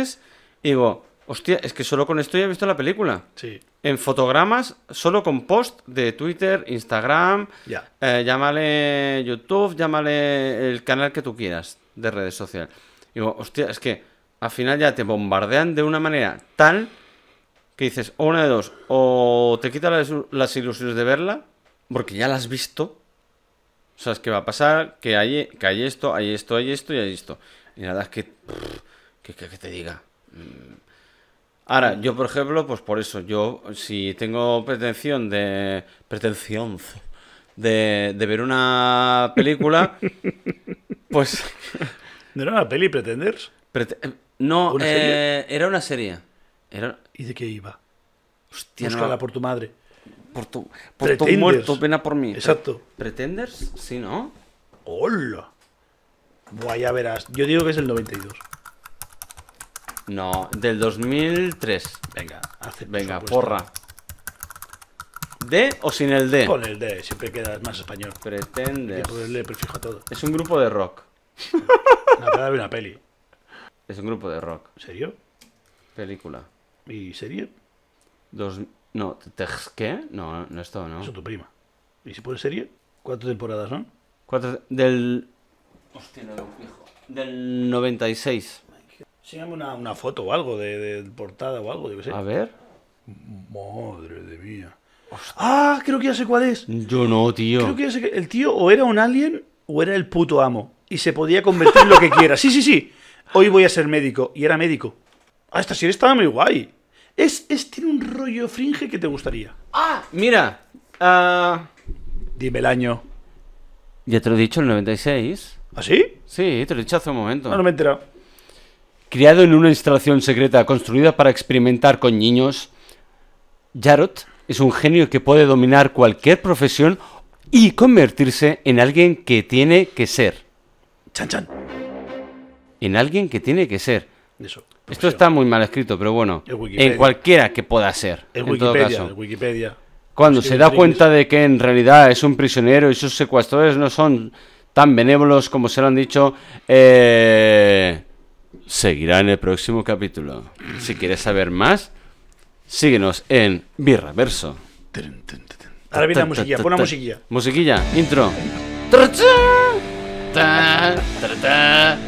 Speaker 1: y digo, hostia, es que solo con esto ya he visto la película.
Speaker 2: sí,
Speaker 1: En fotogramas, solo con post de Twitter, Instagram,
Speaker 2: ya.
Speaker 1: eh, llámale YouTube, llámale el canal que tú quieras de redes sociales. Digo, hostia, es que al final ya te bombardean de una manera tal que dices, o una de dos, o te quita las, las ilusiones de verla, porque ya la has visto. O sea, es que va a pasar que hay, que hay esto, hay esto, hay esto y hay esto. Y nada, es que. pff, que, que- que te diga. Mm. Ahora, yo por ejemplo, pues por eso, yo si tengo pretensión de. pretensión de, de ver una
Speaker 2: [laughs]
Speaker 1: película, pues.
Speaker 2: ¿No era una peli Pretenders?
Speaker 1: prete- no,
Speaker 2: ¿Una serie?
Speaker 1: eh, era una serie. Era.
Speaker 2: ¿Y de qué iba?
Speaker 1: Hostia, no,
Speaker 2: Búscala por tu madre.
Speaker 1: por tu, por tu
Speaker 2: Pretenders.
Speaker 1: muerto, pena por mí.
Speaker 2: Exacto.
Speaker 1: ¿Pretenders? Sí, ¿no?
Speaker 2: ¡Hola! Buah, ya verás. Yo digo que es el 92.
Speaker 1: No, del 2003.
Speaker 2: Venga, hace
Speaker 1: Venga,
Speaker 2: por supuesto.
Speaker 1: porra. ¿D o sin el D?
Speaker 2: Pon el D, siempre quedas más español. Hay
Speaker 1: Pretenders.
Speaker 2: que ponerle prefijo a todo.
Speaker 1: Es un grupo de rock.
Speaker 2: Nada, para ver una peli.
Speaker 1: Es un grupo de rock.
Speaker 2: ¿Serio?
Speaker 1: Película.
Speaker 2: ¿Y serie?
Speaker 1: Dos... No, ¿Tex qué? No, no es todo, ¿no?
Speaker 2: Eso tu prima. ¿Y si pones serie? Cuatro temporadas, ¿no?
Speaker 1: Cuatro... Del... Hostia, no lo fijo. Del 96.
Speaker 2: Sígame una, una foto o algo de, de portada o algo, yo qué sé.
Speaker 1: A ver.
Speaker 2: Madre de mía. Ah, creo que ya sé cuál es.
Speaker 1: Yo no, tío.
Speaker 2: Creo que ya sé que- el tío o era un alien o era el puto amo. Y se podía convertir en lo que quiera. Sí, sí, sí. Hoy voy a ser médico. Y era médico. Ah, esta serie estaba muy guay. Es, es- tiene un rollo fringe que te gustaría.
Speaker 1: ¡Ah! Mira. ah,
Speaker 2: Dime el año.
Speaker 1: Ya te lo he dicho, el 96.
Speaker 2: ¿Ah, sí?
Speaker 1: Sí, te lo he dicho hace un momento.
Speaker 2: No, no me he enterado.
Speaker 1: Criado en una instalación secreta construida para experimentar con niños, Jarrett es un genio que puede dominar cualquier profesión y convertirse en alguien que tiene que ser.
Speaker 2: Chan, chan.
Speaker 1: En alguien que tiene que ser.
Speaker 2: Eso.
Speaker 1: Esto está muy mal escrito, pero bueno,
Speaker 2: En Wikipedia.
Speaker 1: en cualquiera que pueda ser.
Speaker 2: En
Speaker 1: en todo
Speaker 2: Wikipedia,
Speaker 1: caso.
Speaker 2: en Wikipedia.
Speaker 1: Cuando
Speaker 2: Sí,
Speaker 1: se da
Speaker 2: Rodríguez.
Speaker 1: cuenta de que en realidad es un prisionero y sus secuestradores no son tan benévolos como se lo han dicho, eh, seguirá en el próximo capítulo. Si quieres saber más, síguenos en Birraverso.
Speaker 2: Tren, tren, tren, tren. Ahora viene la musiquilla, pon la musiquilla.
Speaker 1: Musiquilla, intro. Tra-cha, ta, tra-ta.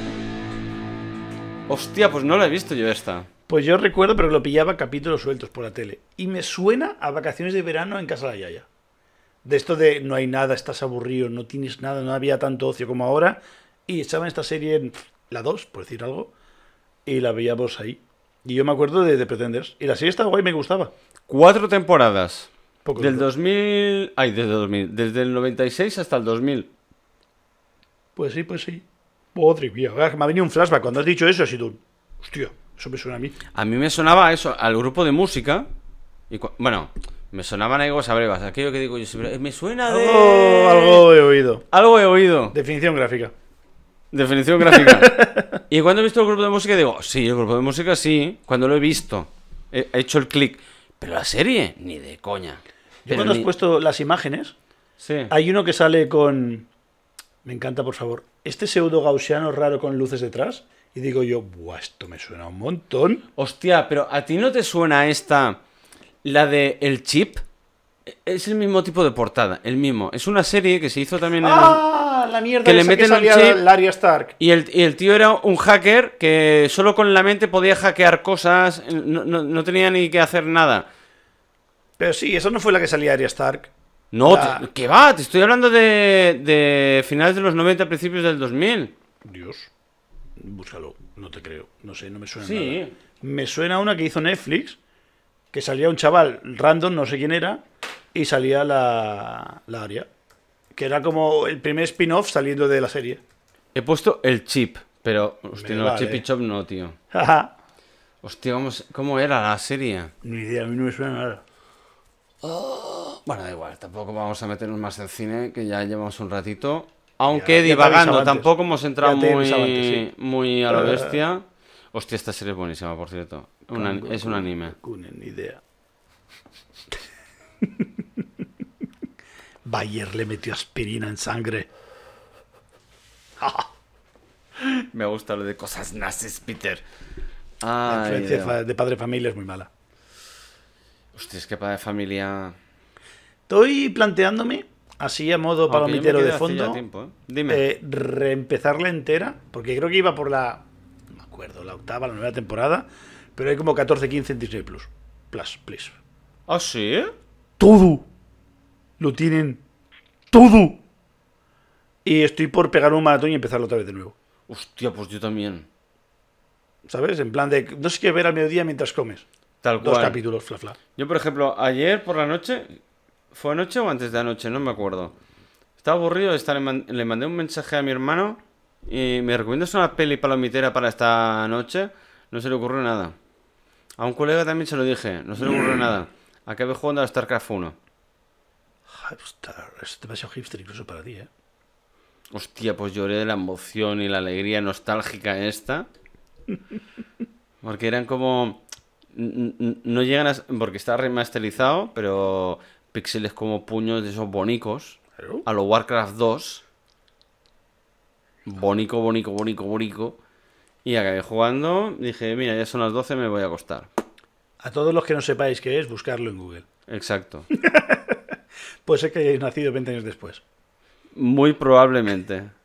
Speaker 1: Hostia, pues no la he visto yo esta.
Speaker 2: Pues yo recuerdo, pero lo pillaba capítulos sueltos por la tele. Y me suena a vacaciones de verano en casa de la Yaya. De esto de no hay nada, estás aburrido, no tienes nada, no había tanto ocio como ahora. Y echaban esta serie en la 2, por decir algo. Y la veíamos ahí. Y yo me acuerdo de The Pretenders. Y la serie estaba guay, me gustaba.
Speaker 1: Cuatro temporadas.
Speaker 2: Poco
Speaker 1: del
Speaker 2: duro.
Speaker 1: 2000... Ay, desde 2000. Desde el 96 hasta el 2000.
Speaker 2: Pues sí, pues sí. Madre mía, ahora me ha venido un flashback. Cuando has dicho eso, ha sido un... Hostia, eso me suena a mí.
Speaker 1: A mí me sonaba a eso, al grupo de música. Y cua- bueno, me sonaban algo sabrevas. Aquello que digo yo siempre, "Eh, me suena de...
Speaker 2: Algo, algo he oído.
Speaker 1: Algo he oído.
Speaker 2: Definición gráfica.
Speaker 1: Definición
Speaker 2: [laughs]
Speaker 1: gráfica. y cuando he visto el grupo de música digo, sí, el grupo de música sí. Cuando lo he visto, he he hecho el clic. Pero la serie, ni de coña.
Speaker 2: Yo
Speaker 1: Pero
Speaker 2: cuando
Speaker 1: ni-
Speaker 2: has puesto las imágenes,
Speaker 1: Sí.
Speaker 2: Hay uno que sale con. Me encanta, por favor. Este pseudo gaussiano raro con luces detrás. Y digo yo, Buah, esto me suena un montón.
Speaker 1: Hostia, pero ¿a ti no te suena esta, la de El Chip? E- Es el mismo tipo de portada, el mismo. Es una serie que se hizo también en... el-
Speaker 2: ¡Ah! La mierda
Speaker 1: que le
Speaker 2: esa
Speaker 1: meten un
Speaker 2: salía
Speaker 1: chip.
Speaker 2: Larry Stark.
Speaker 1: Y el, y el tío era un hacker que solo con la mente podía hackear cosas, no, no- no tenía ni que hacer nada.
Speaker 2: Pero sí, esa no fue la que salía Arya Stark.
Speaker 1: No,
Speaker 2: La-
Speaker 1: te- que va, te estoy hablando de, de finales de los 90, principios del 2000.
Speaker 2: Dios. Búscalo, no te creo. No sé, no me suena
Speaker 1: Sí.
Speaker 2: nada. Me suena una que hizo Netflix, que salía un chaval random, no sé quién era, y salía la, la Aria. Que era como el primer spin-off saliendo de la serie. [laughs]
Speaker 1: He puesto el chip, pero hostia,
Speaker 2: Me
Speaker 1: no,
Speaker 2: vale.
Speaker 1: chip y chop no, tío.
Speaker 2: Jaja.
Speaker 1: Hostia, ¿cómo, se- cómo era la serie?
Speaker 2: Ni idea, a mí no me suena nada.
Speaker 1: Bueno, da igual, tampoco vamos a meternos más en cine, que ya llevamos un ratito.
Speaker 2: Ya-
Speaker 1: Aunque
Speaker 2: ya te avisaba
Speaker 1: divagando,
Speaker 2: antes.
Speaker 1: tampoco hemos entrado
Speaker 2: Ya te
Speaker 1: muy,
Speaker 2: avisaba antes, sí.
Speaker 1: muy a la
Speaker 2: Eh.
Speaker 1: bestia. Hostia, esta serie es buenísima, por cierto. Una- es un anime.
Speaker 2: Kunen, ni idea. [laughs] Bayer le metió aspirina en sangre.
Speaker 1: Me gusta lo de cosas nazis, Peter.
Speaker 2: La
Speaker 1: Ay,
Speaker 2: influencia de
Speaker 1: Dios.
Speaker 2: fa- de padre familia es muy mala.
Speaker 1: Hostia, es que para de familia...
Speaker 2: Estoy planteándome, así a modo
Speaker 1: Aunque yo me
Speaker 2: palomitero
Speaker 1: quedé
Speaker 2: de
Speaker 1: hace ya
Speaker 2: fondo,
Speaker 1: tiempo, ¿eh? Dime.
Speaker 2: eh, reempezarla entera, porque creo que iba por la, no me acuerdo, la octava, la nueva temporada, pero hay como 14, 15 en Disney Plus. Plus, please.
Speaker 1: ¿Ah, sí?
Speaker 2: Todo. Lo tienen. Todo. Y estoy por pegar un maratón y empezarlo otra vez de nuevo.
Speaker 1: Hostia, pues yo también.
Speaker 2: ¿Sabes? En plan de, no sé qué ver al mediodía mientras comes.
Speaker 1: Tal
Speaker 2: Dos
Speaker 1: cual.
Speaker 2: capítulos, fla, fla.
Speaker 1: Yo, por ejemplo, ayer por la noche, ¿fue anoche o antes de anoche? No me acuerdo. Estaba aburrido de estar, en man- le mandé un mensaje a mi hermano y me recomiendas una peli palomitera para esta noche. No se le ocurrió nada. A un colega también se lo dije, no se le ocurrió nada. Acabé jugando a StarCraft 1.
Speaker 2: Hipster, pues, es demasiado hipster incluso para ti, ¿eh?
Speaker 1: Hostia, pues lloré de la emoción y la alegría nostálgica esta. Porque eran como... n- n- No llegan a... Porque está remasterizado, pero píxeles como puños de esos bonicos.
Speaker 2: Claro.
Speaker 1: a lo Warcraft 2. Bonico, bonico, bonico, bonico. Y acabé jugando. Dije, mira, ya son las 12, me voy a acostar.
Speaker 2: A todos los que no sepáis qué es, buscarlo en Google. Pues
Speaker 1: Exacto.
Speaker 2: Puede ser que hayáis nacido 20 años después.
Speaker 1: Muy probablemente.